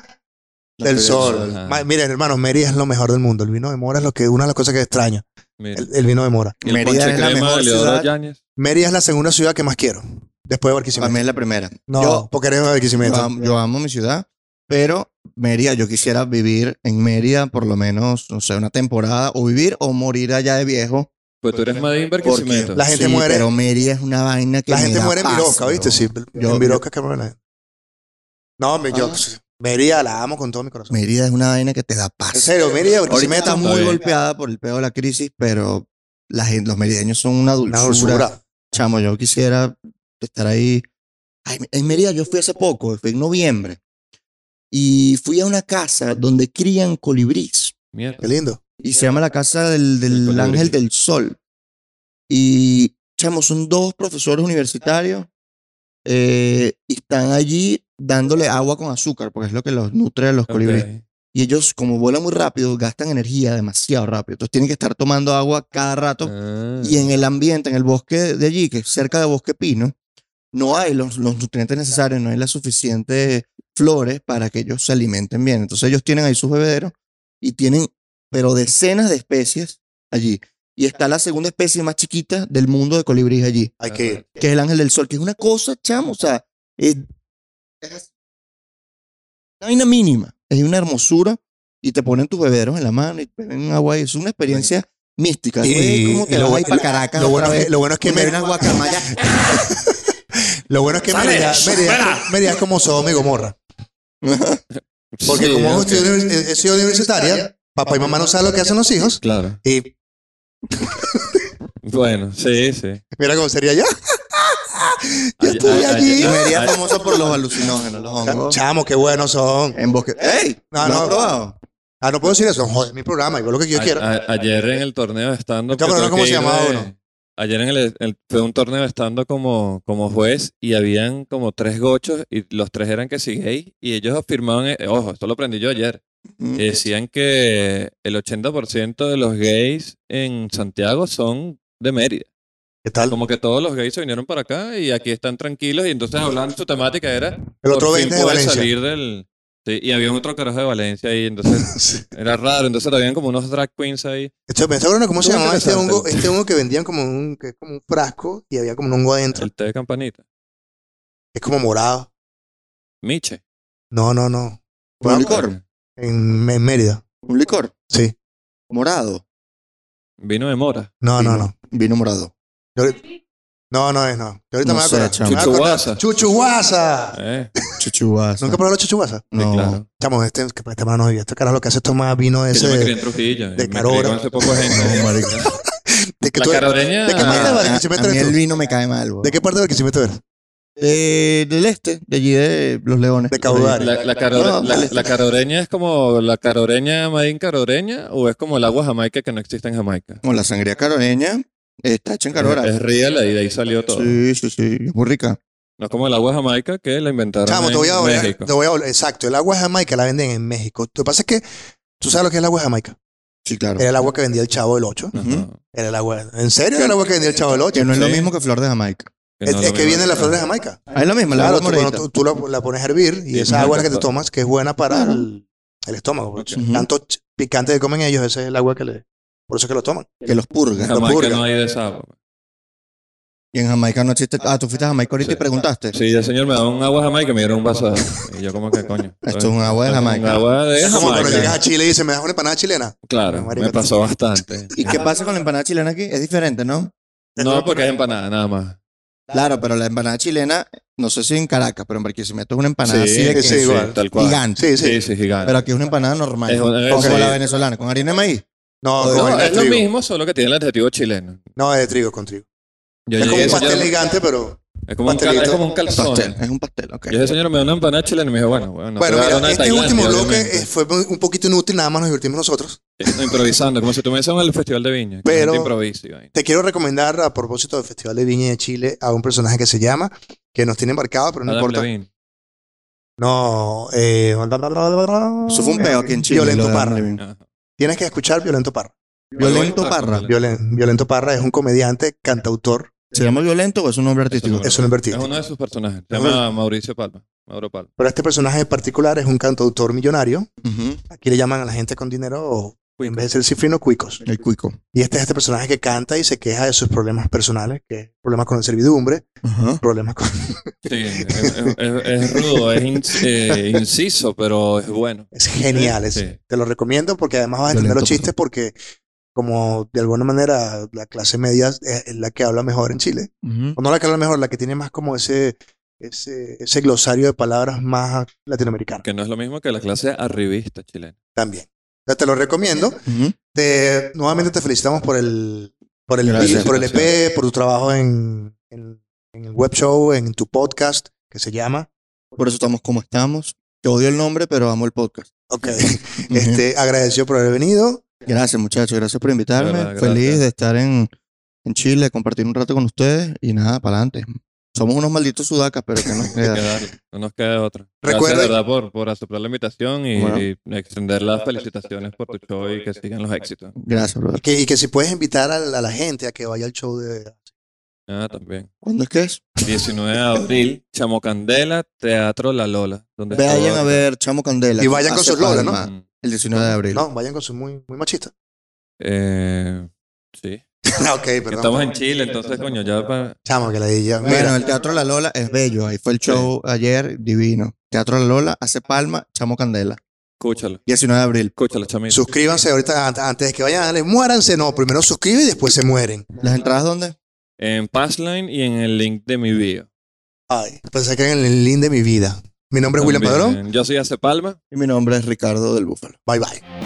La Feria Del del Sol. Sol. Ma- Miren, hermanos, Mérida es lo mejor del mundo. El vino de mora es lo que, una de las cosas que extraño. Mira, El, el vino de mora. y el Mérida ponche es la crema mejor de Leodoro ciudad. Yáñez. Mérida es la segunda ciudad que más quiero. Después de Para mí Barquisimeto. es la primera. No, Yo- porque eres de Yo Barquisimeto. am- yo amo mi ciudad, pero Mérida, yo quisiera vivir en Mérida por lo menos, no sé, una temporada, o vivir o morir allá de viejo. Pues tú eres Madín Porque Barquisimeto. La gente muere- Pero Mérida es una vaina que. La me gente da muere en paz, Viroca, ¿viste? bro. Sí, en Yo- Viroca que muere la gente. No, me, yo, Ah. Mérida la amo con todo mi corazón. Mérida es una vaina que te da paz. En serio, Mérida, Ahorita está Barquisimeto. muy bien. golpeada por el peor de la crisis, pero la gente, los merideños son una Una dulzura. dulzura. Chamo, yo quisiera estar ahí. Ay, en Mérida yo fui hace poco, fue en noviembre. Y fui a una casa donde crían colibrís. Mierda. Qué lindo. Y se llama la casa del, del El colibrí. ángel del sol. Y, chamo, son dos profesores universitarios eh, y están allí dándole agua con azúcar, porque es lo que los nutre a los colibríes. Ok. Y ellos, como vuelan muy rápido, gastan energía demasiado rápido. Entonces tienen que estar tomando agua cada rato. Ah. Y en el ambiente, en el bosque de allí, que es cerca de Bosque Pino, no hay los, los nutrientes necesarios, no hay las suficientes flores para que ellos se alimenten bien. Entonces ellos tienen ahí sus bebederos y tienen, pero decenas de especies allí. Y está la segunda especie más chiquita del mundo de colibríes allí, Hay que ir. que es el ángel del sol, que es una cosa, chamo, o sea, es, es una vaina mínima, es una hermosura y te ponen tus bebederos en la mano y beben agua y es una experiencia mística. Y- Y, como y que lo vas bueno- ahí para Caracas Lo otra bueno, es vez. que, lo bueno es que Que me Mérida- una guacamaya. [LAUGHS] Lo bueno es que Sale, Mérida, Mérida, Mérida es como Sodoma y Gomorra. Porque Sí, como ok. he sido universitaria, Papá y mamá no saben lo que hacen los hijos. Claro. Y Bueno, sí, sí. mira cómo sería ya. Yo [LAUGHS] Ay, estuve ay, allí. ay, Comedia famosa por los alucinógenos, los hongos. Chamo, qué buenos son. Eh. En bosque. ¡Ey! No, ¿Lo has no. probado? Ah, no puedo decir eso. Joder, mi programa, igual lo que yo A- quiera. a- ayer en el torneo de stand-up. Está, pero no, que ¿cómo tuve se que ir llamaba de- uno? Ayer en el, el- fue un torneo de stand-up como, como juez y habían como tres gochos y los tres eran que sí gay y ellos afirmaban, eh, ojo, esto lo aprendí yo ayer, Mm. y decían que el 80% de los gays en Santiago son de Mérida. ¿Qué tal? Como que todos los gays se vinieron para acá y aquí están tranquilos y entonces hablando su temática era... El otro por fin 20 de pude Valencia. salir del... Sí, y había un otro carajo de Valencia ahí, entonces [LAUGHS] Sí. era raro, entonces habían como unos drag queens ahí. Esto- me está hablando cómo se Muy llamaba este interesante. hongo, este hongo que vendían como un, que es como un frasco y había como un hongo adentro. El té de campanita. Es como morado. Miche. No, no, no. ¿Un Vamos, licor? en, en Mérida. ¿Un licor? Sí. ¿Morado? Vino de mora. No, no, Vino- no. Vino morado. Yo ahori- no, no es, no. Yo ahorita No me voy a sé, acordar. chamo. Me voy a acordar. Chuchuguasa. ¡Chuchuguasa! Eh, Chuchuas. ¿Nunca probaron los chuchuguasa? sí, claro. Chamo, este, que este mano no Este carajo lo que hace es tomar vino Que ese yo me crié de, en Trujillo. y de me Carora. crié con ese poco de gente. No, marica. de que La tú eres- caroreña. ¿De qué parte de Ah, Barquisimeto a- a eres mí tú? el vino me cae mal, güey. ¿De qué parte del Barquisimeto eres? De- del este, de allí de Los Leones. De Caudal. La, la caro- No, la- vale. la caroreña es como la caroreña Madín caroreña o es como el agua jamaica que no existe en Jamaica. Como la sangría caroreña está hecha en Carora. Es, es real y de ahí salió todo. Sí, sí, sí. Es muy rica. No es como el agua jamaica que la inventaron Chamo, en te voy a volver. México. Te voy a volver. Exacto. El agua de Jamaica la venden en México. Lo que pasa es que tú sabes lo que es el agua de Jamaica. Sí, claro. Era el agua que vendía el Chavo del 8. Ajá. Ujú. Era el agua. ¿En serio era el agua que vendía el Chavo del 8? Que no es lo Sí. mismo que flor de Jamaica. Es, no es lo que mismo. viene la flor de Jamaica. Ah, es la misma, la Claro, agua tú, bueno, moradita. tú, tú la, la pones a hervir y Sí, esa no, agua es la que claro. te tomas, que es buena para Claro. el, el estómago. porque Ok. Tanto ch- picante que comen ellos, ese es el agua que le. Por eso es que lo toman. Que los En purga. Jamaica purga. no hay de esa agua. Y en Jamaica no existe. Ah, tú fuiste a Jamaica ahorita Sí. y preguntaste. Sí, el señor me da un agua jamaica y me dieron un vaso de agua. Y yo como que [LAUGHS] coño. Esto es un agua de Un Jamaica. agua de Es como cuando llegas Jamaica. a Chile y dices, ¿me das una empanada chilena? Claro, Marica, me pasó bastante. ¿Y qué pasa con la empanada chilena aquí? Es diferente, ¿no? No, pues, porque es empanada nada más. Claro, pero la empanada chilena, no sé si en Caracas, pero en Barquisimeto es una empanada así de sí, queso, sí, igual. tal cual. gigante. Sí, sí. Sí, sí, gigante. Pero aquí es una empanada normal. Es una- como sí. la venezolana, con harina de maíz. No, Joder, con No, harina de es lo trigo. mismo, solo que tiene el adjetivo chileno. No, es de trigo, con trigo. Yo Es como llegué, un pastel señor, gigante, pero. es como un cal- pastelito. es como un calzón. Pastel, es un pastel, ok. Yo dije, señor, me da una empanada chilena y me dijo, bueno, bueno, no te Bueno, voy a dar mira, una de este Tailandia, último bloque obviamente. eh, fue muy- un poquito inútil, nada más nos divertimos nosotros. Eh, Improvisando, como si tú me dices en el Festival de Viña. que la Pero- gente improvisa y vaina. Te quiero recomendar, a propósito del Festival de Viña de Chile, a un personaje que se llama, que nos tiene embarcado, pero no Adam importa. Levine. No, eh. Eso fue un peo aquí en Chile. Violento lo de Parra. Levin. Ajá. Tienes que escuchar Violento Parra. Violento Parra. Violen- Violento Parra es un comediante, cantautor, ¿Se llama Violento o es un nombre artístico? Eso es un Es invertido. uno de sus personajes. Se Es llama Mauricio Palma. Mauro Palma. Pero este personaje en particular es un cantautor millonario. Ujú. Aquí le llaman a la gente con dinero, o, en vez de ser cifrino, cuicos. El cuico. Y este es este personaje que canta y se queja de sus problemas personales, que es problemas con la servidumbre, Ajá. problemas con... [LAUGHS] [LAUGHS] Sí, es, es- es- es rudo, es inc- eh, inciso, pero es bueno. Es genial, es- Sí. te lo recomiendo porque además vas a entender Violento, los chistes porque como de alguna manera la clase media es- es la que habla mejor en Chile. Ujú. O no la que habla mejor, la que tiene más como ese, ese, ese glosario de palabras más latinoamericano Que no es lo mismo que la clase arribista chilena. también. Ya te lo recomiendo. Ujú. Te- nuevamente te felicitamos por el, por el, Gracias. por el EP, por tu trabajo en, en, en el web show, en tu podcast que se llama. Por eso estamos como estamos. Yo odio el nombre, pero amo el podcast. Ok. [LAUGHS] Ujú. Este, agradecido por haber venido. Gracias, muchachos. Gracias por invitarme. De verdad, Feliz gracias. de estar en, en Chile, compartir un rato con ustedes y nada, para adelante. Somos unos malditos sudacas, pero que nos que queda. darle, No nos queda otra. Recuerda- Gracias, de verdad, por, por aceptar la invitación y, Bueno. y extender las felicitaciones por tu show y que sigan los éxitos. Gracias, brother. Y que, y que si puedes invitar a la, a la gente a que vaya al show de... Ah, también. ¿Cuándo es que es? 19 de abril, Chamocandela, Teatro La Lola. Donde Vayan estuvo- a ver Chamo Candela. Y vayan con Hace sus lolas, ¿no? palma, Mm, El 19 de abril. No, vayan con su muy, [LAUGHS] muy machista. Ah, eh, sí. ok, perdón. Estamos en Chile, entonces, coño, ya para... Chamo, que la di ya. Bueno, Mira, el Teatro La Lola es bello. Ahí fue el show ayer, divino. Teatro La Lola, hace palma, Chamo Candela. Escúchalo, 19 de abril. escúchalo, chamito. suscríbanse ahorita an- antes de que vayan. dale, Muéranse, no. Primero suscriben y después se mueren. ¿Las entradas dónde? En Passline y en el link de mi video. Ay, pensé que en el link de mi vida. Mi nombre es William Padrón. También. Yo soy Ace Palma. Y mi nombre es Ricardo del Búfalo. Bye, bye.